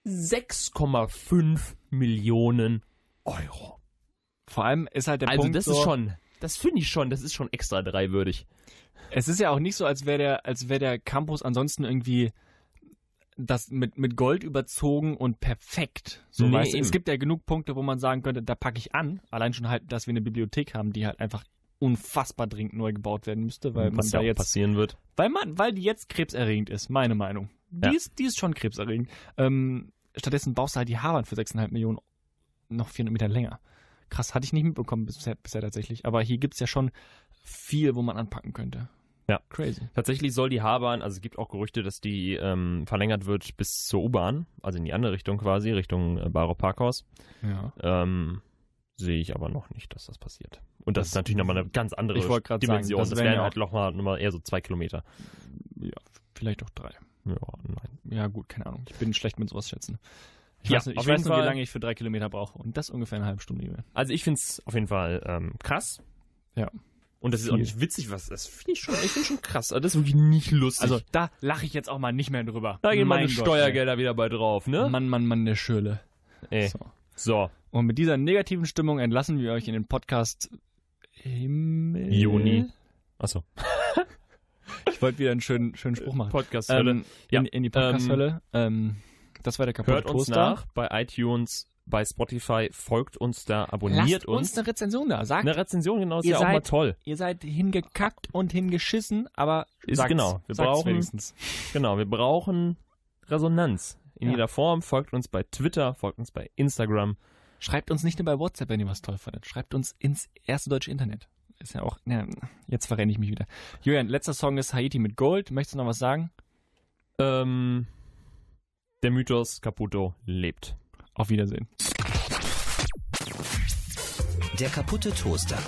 [SPEAKER 2] 6,5 Millionen Euro.
[SPEAKER 3] Vor allem ist halt der
[SPEAKER 2] Also
[SPEAKER 3] Punkt
[SPEAKER 2] das
[SPEAKER 3] so,
[SPEAKER 2] ist schon, das finde ich schon, das ist schon extra dreiwürdig.
[SPEAKER 3] es ist ja auch nicht so, als wäre der, als wäre der Campus ansonsten irgendwie das mit, mit Gold überzogen und perfekt. So,
[SPEAKER 2] Nee,
[SPEAKER 3] weißt du?
[SPEAKER 2] eben.
[SPEAKER 3] Es gibt ja genug Punkte, wo man sagen könnte, da packe ich an. Allein schon halt, dass wir eine Bibliothek haben, die halt einfach unfassbar dringend neu gebaut werden müsste, weil man
[SPEAKER 2] was
[SPEAKER 3] da
[SPEAKER 2] ja auch
[SPEAKER 3] jetzt
[SPEAKER 2] passieren wird.
[SPEAKER 3] Weil, man, weil die jetzt krebserregend ist, meine Meinung. Die,
[SPEAKER 2] Ja.
[SPEAKER 3] ist, die ist schon krebserregend. Ähm, stattdessen baust du halt die Harvard für 6,5 Millionen noch 400 Meter länger. Krass, hatte ich nicht mitbekommen bisher, bisher tatsächlich. Aber hier gibt es ja schon viel, wo man anpacken könnte.
[SPEAKER 2] Ja.
[SPEAKER 3] Crazy.
[SPEAKER 2] Tatsächlich soll die H-Bahn, also es gibt auch Gerüchte, dass die ähm, verlängert wird bis zur U-Bahn, also in die andere Richtung quasi, Richtung äh, Baro Parkhaus.
[SPEAKER 3] Ja.
[SPEAKER 2] Ähm, sehe ich aber noch nicht, dass das passiert. Und das,
[SPEAKER 3] Das-
[SPEAKER 2] ist natürlich nochmal eine ganz andere
[SPEAKER 3] Ich wollte gerade sagen,
[SPEAKER 2] Dimension.
[SPEAKER 3] das
[SPEAKER 2] das
[SPEAKER 3] wären
[SPEAKER 2] wären
[SPEAKER 3] ja
[SPEAKER 2] halt nochmal noch mal eher so zwei Kilometer.
[SPEAKER 3] ja. Vielleicht auch drei.
[SPEAKER 2] Ja, nein.
[SPEAKER 3] Ja, gut, keine Ahnung. Ich bin schlecht mit sowas schätzen. Ich
[SPEAKER 2] Ja,
[SPEAKER 3] weiß, nur- ich
[SPEAKER 2] auf
[SPEAKER 3] weiß
[SPEAKER 2] jeden
[SPEAKER 3] nur, wie
[SPEAKER 2] Fall.
[SPEAKER 3] lange ich für drei Kilometer brauche. Und das ungefähr eine halbe Stunde. Julian.
[SPEAKER 2] Also ich finde es auf jeden Fall ähm, krass.
[SPEAKER 3] Ja.
[SPEAKER 2] Und das ist auch
[SPEAKER 3] Viel.
[SPEAKER 2] nicht witzig, was das finde ich schon, ich finde schon krass. Also das ist wirklich nicht lustig.
[SPEAKER 3] Also da lache ich jetzt auch mal nicht mehr drüber.
[SPEAKER 2] da gehen meine
[SPEAKER 3] Mein Gott,
[SPEAKER 2] Steuergelder wieder bei drauf,
[SPEAKER 3] ey.
[SPEAKER 2] ne?
[SPEAKER 3] Mann, Mann, Mann, der Schöle.
[SPEAKER 2] Ey.
[SPEAKER 3] So.
[SPEAKER 2] So.
[SPEAKER 3] Und mit dieser negativen Stimmung entlassen wir euch in den Podcast Himmel.
[SPEAKER 2] Juni. Achso.
[SPEAKER 3] Ich wollte wieder einen schönen, schönen Spruch machen.
[SPEAKER 2] Podcast. Ähm, ja.
[SPEAKER 3] in, in die Podcast-Hölle. Ähm, das war der kaputte
[SPEAKER 2] Hört uns
[SPEAKER 3] Toaster.
[SPEAKER 2] nach bei iTunes, bei Spotify, folgt uns da, abonniert
[SPEAKER 3] Lasst uns eine Rezension da. Sagt,
[SPEAKER 2] Eine Rezension genau ist
[SPEAKER 3] Ihr
[SPEAKER 2] ja auch mal
[SPEAKER 3] seid-
[SPEAKER 2] toll.
[SPEAKER 3] ihr seid hingekackt und hingeschissen, aber
[SPEAKER 2] Ist
[SPEAKER 3] sagt's,
[SPEAKER 2] genau. Wir
[SPEAKER 3] sagt's
[SPEAKER 2] brauchen-
[SPEAKER 3] wenigstens.
[SPEAKER 2] Genau, wir brauchen Resonanz in
[SPEAKER 3] Ja.
[SPEAKER 2] jeder Form. Folgt uns bei Twitter, folgt uns bei Instagram.
[SPEAKER 3] Schreibt uns nicht nur bei WhatsApp, wenn ihr was toll fandet. Schreibt uns ins erste deutsche Internet. Ist ja auch. Na, jetzt verrenne ich mich wieder. Julian, letzter Song ist Haiti mit Gold. Möchtest du noch was sagen?
[SPEAKER 2] Ähm, der Mythos Caputo lebt.
[SPEAKER 3] Auf Wiedersehen.
[SPEAKER 1] Der kaputte Toaster.